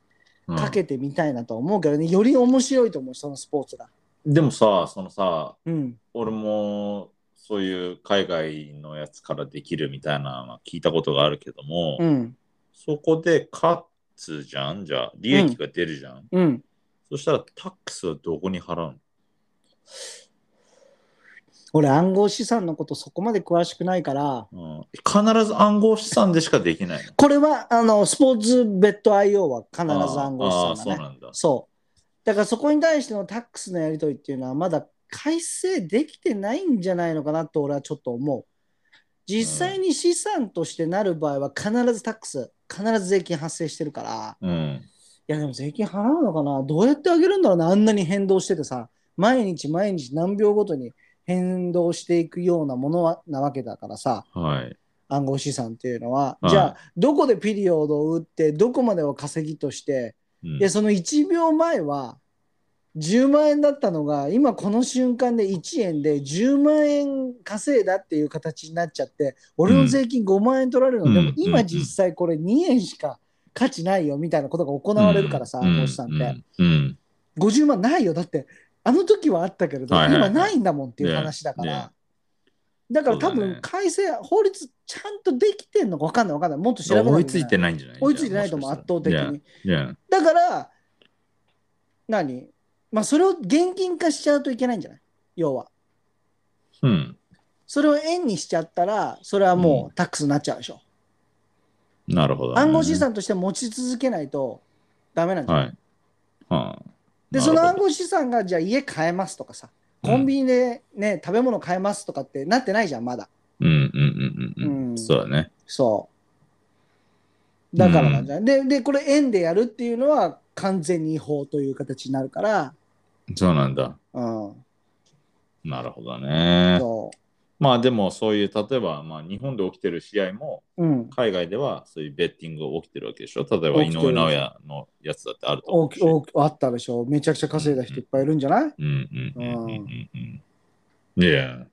Speaker 2: うん
Speaker 1: かけてみたいなとは思うけどね、より面白いと思う、そのスポーツが。
Speaker 2: でもさ、そのさ、
Speaker 1: うん。
Speaker 2: 俺もそういう海外のやつからできるみたいなのは聞いたことがあるけども、
Speaker 1: うん。
Speaker 2: そこで勝つじゃんじゃあ、利益が出るじゃん。
Speaker 1: うん。
Speaker 2: そしたらタックスはどこに払うの
Speaker 1: 俺、暗号資産のことそこまで詳しくないから、
Speaker 2: うん、必ず暗号資産でしかできないの。
Speaker 1: これは、あの、スポーツベッド IO は必ず暗号資
Speaker 2: あーあ
Speaker 1: 産
Speaker 2: ーそう
Speaker 1: だね。
Speaker 2: なんだ。
Speaker 1: そう。だからそこに対してのタックスのやり取りっていうのは、まだ改正できてないんじゃないのかなと俺はちょっと思う。実際に資産としてなる場合は、必ずタックス、必ず税金発生してるから、
Speaker 2: うん。
Speaker 1: いや、でも税金払うのかなどうやってあげるんだろうなあんなに変動しててさ、毎日毎日何秒ごとに変動していくようなものはなわけだからさ。
Speaker 2: はい。
Speaker 1: 暗号資産っていうのは、
Speaker 2: はい
Speaker 1: じゃあどこでピリオドを打ってどこまでを稼ぎとして、
Speaker 2: うん
Speaker 1: でその1秒前は10万円だったのが今この瞬間で1円で10万円稼いだっていう形になっちゃって俺の税金5万円取られるの、
Speaker 2: うん
Speaker 1: でも
Speaker 2: うんう
Speaker 1: 今
Speaker 2: ん
Speaker 1: 実際これ2円しか価値ないよみたいなことが行われるからさ、
Speaker 2: うん
Speaker 1: 暗号資産って、
Speaker 2: うん。うん
Speaker 1: 50万ないよだってあの時はあったけれど、
Speaker 2: はいはいはい
Speaker 1: 今ないんだもんっていう話だから、
Speaker 2: ねね
Speaker 1: だから多
Speaker 2: そうだ
Speaker 1: 分
Speaker 2: ね
Speaker 1: 改正、法律ちゃんとできてんのか分かんない分かんないもっと調べない
Speaker 2: 追いついて
Speaker 1: ない
Speaker 2: ないんじゃない
Speaker 1: 追いついてないと思う圧倒的に。
Speaker 2: じゃあ。
Speaker 1: だから何まあそれを現金化しちゃうといけないんじゃない要は
Speaker 2: うん。
Speaker 1: それを円にしちゃったらそれはもうタックスになっちゃうでしょ、
Speaker 2: なるほど、
Speaker 1: 暗号資。産として持ち続けないとダメなんじゃない、
Speaker 2: はい。はあ、
Speaker 1: でその
Speaker 2: な
Speaker 1: 暗
Speaker 2: るほど
Speaker 1: 号資産がじゃあ家買えますとかさ
Speaker 2: うん
Speaker 1: コンビニでね、食べ物買えますとかってなってないじゃんまだ
Speaker 2: うんうんうんうん。う、
Speaker 1: うんん
Speaker 2: そうだね。
Speaker 1: そうだからなんじゃない、ででこれ円でやるっていうのは完全に違法という形になるから
Speaker 2: そうなんだ。
Speaker 1: うん
Speaker 2: なるほどね。
Speaker 1: そ
Speaker 2: まあでもそういう、例えば、まあ、日本で起きてる試合も、
Speaker 1: ううん
Speaker 2: 海外ではそういうベッティングが起きてるわけでしょ。例えば、井
Speaker 1: 起きてる
Speaker 2: 上尚弥のやつだってあると思
Speaker 1: お
Speaker 2: うし。
Speaker 1: きおきあったでしょめちゃくちゃ稼いだ人いっぱいいるんじゃない、
Speaker 2: うんうんうんうんうんうん。ねえ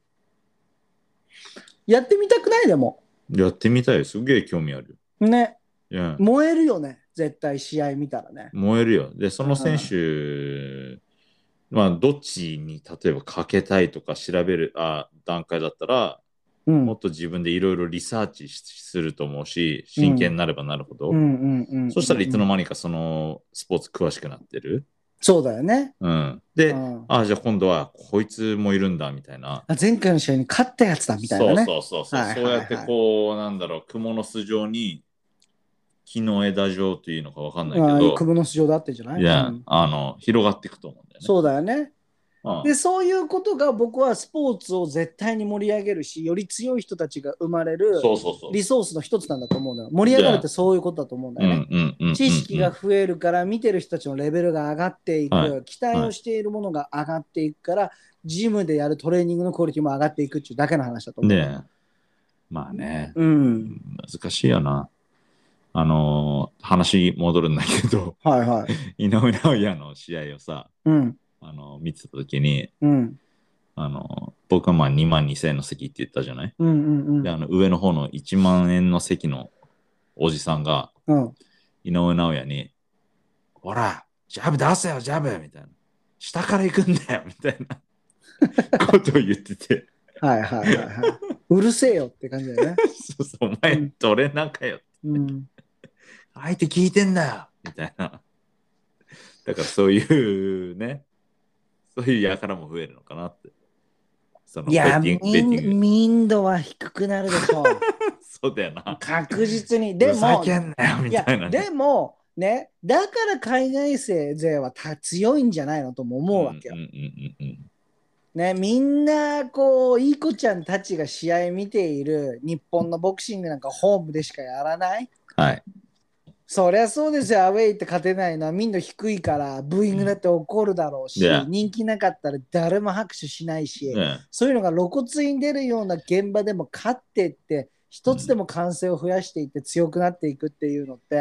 Speaker 1: やってみたくないでも
Speaker 2: やってみたい。すげえ興味ある。
Speaker 1: ね
Speaker 2: いや
Speaker 1: 燃えるよね絶対試合見たらね
Speaker 2: 燃えるよ。で、その選手、まあ、どっちに例えばかけたいとか調べるあ段階だったら、
Speaker 1: うん
Speaker 2: もっと自分でいろいろリサーチしすると思うし、真剣になればなるほど。
Speaker 1: うんうんうん
Speaker 2: そしたらいつの間にかそのスポーツ詳しくなってる。
Speaker 1: そうだよね、
Speaker 2: うん、で、
Speaker 1: うん、
Speaker 2: あじゃあ今度はこいつもいるんだみたいな。
Speaker 1: あ前回の試合に勝ったやつだみたいなね
Speaker 2: そうそうそうそう、
Speaker 1: はいはいはい
Speaker 2: そうやってこう、なんだろう、蜘蛛の巣状に木の枝状というのかわかんないけ
Speaker 1: ああ
Speaker 2: ど、
Speaker 1: クブの巣状だってんじゃない
Speaker 2: いや、
Speaker 1: うん
Speaker 2: あの広がっていくと思うんだよね。
Speaker 1: そうだよね
Speaker 2: うん
Speaker 1: でそういうことが僕はスポーツを絶対に盛り上げるしより強い人たちが生まれる
Speaker 2: そうそうそう。
Speaker 1: リソースの一つなんだと思うのよ盛り上がるってそういうことだと思うんだよね、
Speaker 2: うんうんうん
Speaker 1: 知識が増えるから見てる人たちのレベルが上がっていく、
Speaker 2: は
Speaker 1: 期待をしているものが上がっていくからジムでやるトレーニングのクオリティも上がっていくっていうだけの話だと思う。
Speaker 2: ねえまあね、
Speaker 1: うん
Speaker 2: 難しいよな。あのー話戻るんだけど、
Speaker 1: はいはい。
Speaker 2: 井上尚弥の試合をさ、
Speaker 1: うん
Speaker 2: あのー見てた時に、
Speaker 1: うん
Speaker 2: あのー僕はまあ2万2000円の席って言ったじゃない、
Speaker 1: うんうんうん
Speaker 2: で、あの上の方の1万円の席のおじさんが、
Speaker 1: うん
Speaker 2: 井上尚弥に、ほら、ジャブ出せよ、ジャブみたいな。下から行くんだよ、みたいなことを言ってて、
Speaker 1: はいはいはいはい。うるせえよって感じだよね。
Speaker 2: そうそうお前、どれなんかよ。
Speaker 1: うん
Speaker 2: 相手聞いてんだよみたいな。だからそういうね、そういうやからも増えるのかなって。その
Speaker 1: いや
Speaker 2: ベッティングベッティング。 [laughs]
Speaker 1: 民度は低くなるでしょう。
Speaker 2: そうだよな。
Speaker 1: 確実に。で
Speaker 2: ふざ
Speaker 1: も
Speaker 2: けんなよみ
Speaker 1: い
Speaker 2: た
Speaker 1: や
Speaker 2: いなね、
Speaker 1: でもねだから海外勢勢はた強いんじゃないのとも思うわけよ。
Speaker 2: んんうんうん
Speaker 1: ね、みんなこういい子ちゃんたちが試合見ている日本のボクシングなんかホームでしかやらない
Speaker 2: はい。
Speaker 1: そりゃそうですよアウェイって勝てないのは民度低いからブーイングだって怒るだろうし、
Speaker 2: うん
Speaker 1: 人気なかったら誰も拍手しないし、
Speaker 2: ね
Speaker 1: そういうのが露骨に出るような現場でも勝ってって一つでも歓声を増やしていって強くなっていくっていうのって、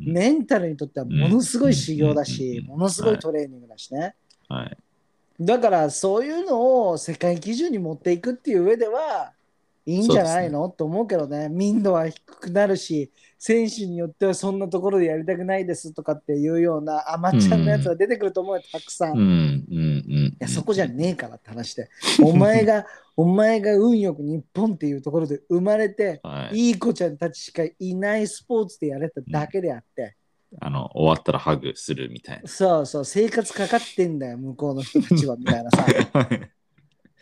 Speaker 2: うん
Speaker 1: メンタルにとってはものすごい修行だし、
Speaker 2: うん
Speaker 1: ものすごいトレーニングだしね。
Speaker 2: はい。
Speaker 1: だからそういうのを世界基準に持っていくっていう上ではいいんじゃないの、と思うけどね民度は低くなるし選手によってはそんなところでやりたくないですとかっていうようなアマチュアのやつが出てくると思うよたくさん。
Speaker 2: うん
Speaker 1: い
Speaker 2: うんうん。い
Speaker 1: やそこじゃねえからって話でお前がお前が運よく日本っていうところで生まれて
Speaker 2: はい。
Speaker 1: いい子ちゃんたちしかいないスポーツでやれただけであって、
Speaker 2: あの、終わったらハグするみたい
Speaker 1: そうそう生活かかってんだよ向こうの人たちはみたいなさ [laughs]
Speaker 2: な。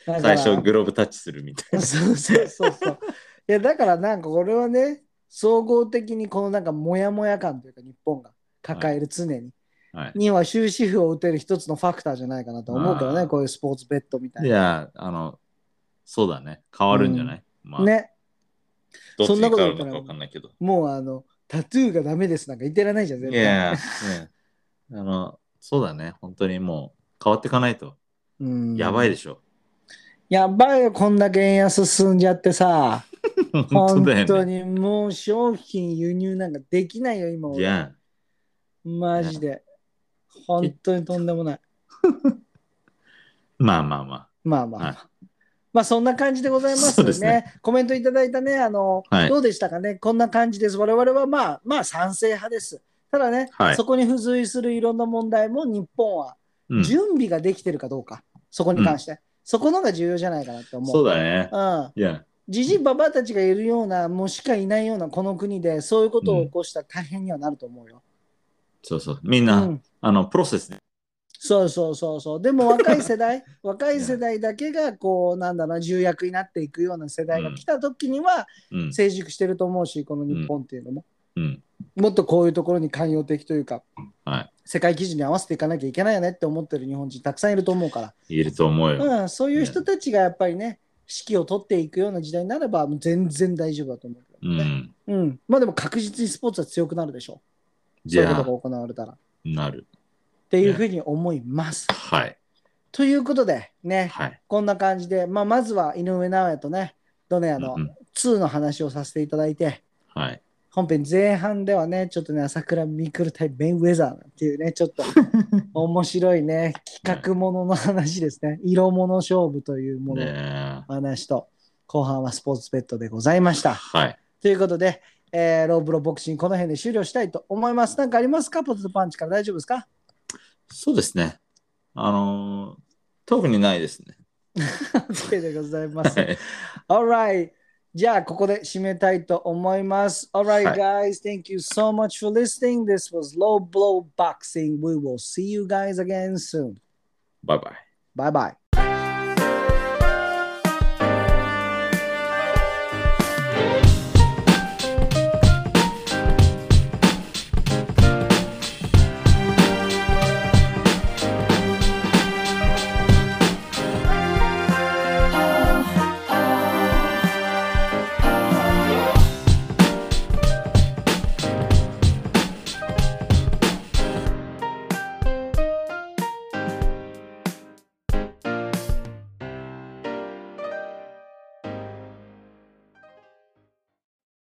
Speaker 1: だか
Speaker 2: 最
Speaker 1: ら
Speaker 2: 初グローブタッチするみた [laughs] いな。
Speaker 1: そうそうそうそう。いやだからなんかこれはね、総合的にこのなんかモヤモヤ感というか日本が抱える常に、
Speaker 2: はい。
Speaker 1: には終止符を打てる一つのファクターじゃないかなと思うけど
Speaker 2: ま
Speaker 1: ね、
Speaker 2: あ
Speaker 1: こういうスポーツベッドみたい
Speaker 2: い
Speaker 1: な。
Speaker 2: や、あの、そうだね。変わるんじゃない、まあ、
Speaker 1: ね、
Speaker 2: どっち
Speaker 1: そんな
Speaker 2: に変
Speaker 1: こと言った
Speaker 2: わるの
Speaker 1: ら
Speaker 2: かわかんないけど。
Speaker 1: もうあのタトゥーがダメですなんか言ってられないじゃん、
Speaker 2: い
Speaker 1: 絶対。
Speaker 2: や、ねあの、そうだね。本当にもう変わっていかないと。
Speaker 1: うん、
Speaker 2: やばい
Speaker 1: で
Speaker 2: でしょ。
Speaker 1: やばいよ、こんだけ円安進んじゃってさ、
Speaker 2: 本
Speaker 1: 本
Speaker 2: 当だよ
Speaker 1: 当
Speaker 2: ね。
Speaker 1: にもう商品輸入なんかできないよ、今
Speaker 2: じゃあ、
Speaker 1: マジで。本当にとんでもない。
Speaker 2: まあまあま
Speaker 1: まあまあ、
Speaker 2: はい
Speaker 1: まあそんな感じでございます
Speaker 2: そう
Speaker 1: ね
Speaker 2: ですね
Speaker 1: コメントいただいたねあの、
Speaker 2: はい
Speaker 1: どうでしたかねこんな感じです我々はまあまあ賛成派ですただね、
Speaker 2: はい
Speaker 1: そこに付随するいろんな問題も日本は
Speaker 2: あ。うん、
Speaker 1: 準備ができてるかどうか、そこに関して、そこのが重要じゃないかなって思う
Speaker 2: そうだね。
Speaker 1: うん
Speaker 2: いや、
Speaker 1: じじばばたちがいるようなもしかいないようなこの国でそういうことを起こしたら大変にはなると思うよ、
Speaker 2: そうそう。みん
Speaker 1: う
Speaker 2: な、
Speaker 1: ん、
Speaker 2: あの、プロセスね。
Speaker 1: そうそうそうそう。でも若い世代、
Speaker 2: [laughs]
Speaker 1: 若い世代だけがこうなんだろう重役になっていくような世代が来た時には
Speaker 2: うん。
Speaker 1: 成熟してると思うし、この日本っていうのも、
Speaker 2: うん。
Speaker 1: もっとこういうところに寛容的というか、
Speaker 2: はい
Speaker 1: 世界基準に合わせていかなきゃいけないよねって思ってる日本人たくさんいると思うから、
Speaker 2: いると思うよ。
Speaker 1: うん、そういう人たちがやっぱりね、指揮を取っていくような時代になればもう全然大丈夫だと思うけ
Speaker 2: う
Speaker 1: どね。
Speaker 2: ん。
Speaker 1: うん、まあでも確実にスポーツは強くなるでしょう。
Speaker 2: じ
Speaker 1: そういう
Speaker 2: ゃ
Speaker 1: こ
Speaker 2: あ
Speaker 1: と、が行われたら。っ
Speaker 2: なる。
Speaker 1: ていうふうに思います。
Speaker 2: はい。
Speaker 1: ということでね、
Speaker 2: はい。
Speaker 1: こんな感じで、まあ、まずは井上尚弥とね、ドネアの
Speaker 2: うん
Speaker 1: 2の話をさせていただいて、
Speaker 2: はい。
Speaker 1: 本編前半ではね、ちょっとね、朝倉未来対ベン・ウェザーなんていうね、ちょっと面白い
Speaker 2: [laughs]
Speaker 1: ね、企画ものの話ですね、色物勝負というもの
Speaker 2: ね
Speaker 1: の
Speaker 2: え
Speaker 1: 話と、後半はスポーツベッドでございました。
Speaker 2: はい。
Speaker 1: ということで、えーローブロボクシング、この辺で終了したいと思います。なんかありますかポテトパンチから大丈夫ですか [laughs]
Speaker 2: そうですね。あのー特にないですね。
Speaker 1: ?OK でございます
Speaker 2: は。い
Speaker 1: Alright. じゃあ、ここで締めたいと思います。Alright,
Speaker 2: はい
Speaker 1: guys. Thank you so much for listening. This was Low Blow Boxing. We will see you guys again soon.
Speaker 2: バイバイ。
Speaker 1: Bye bye.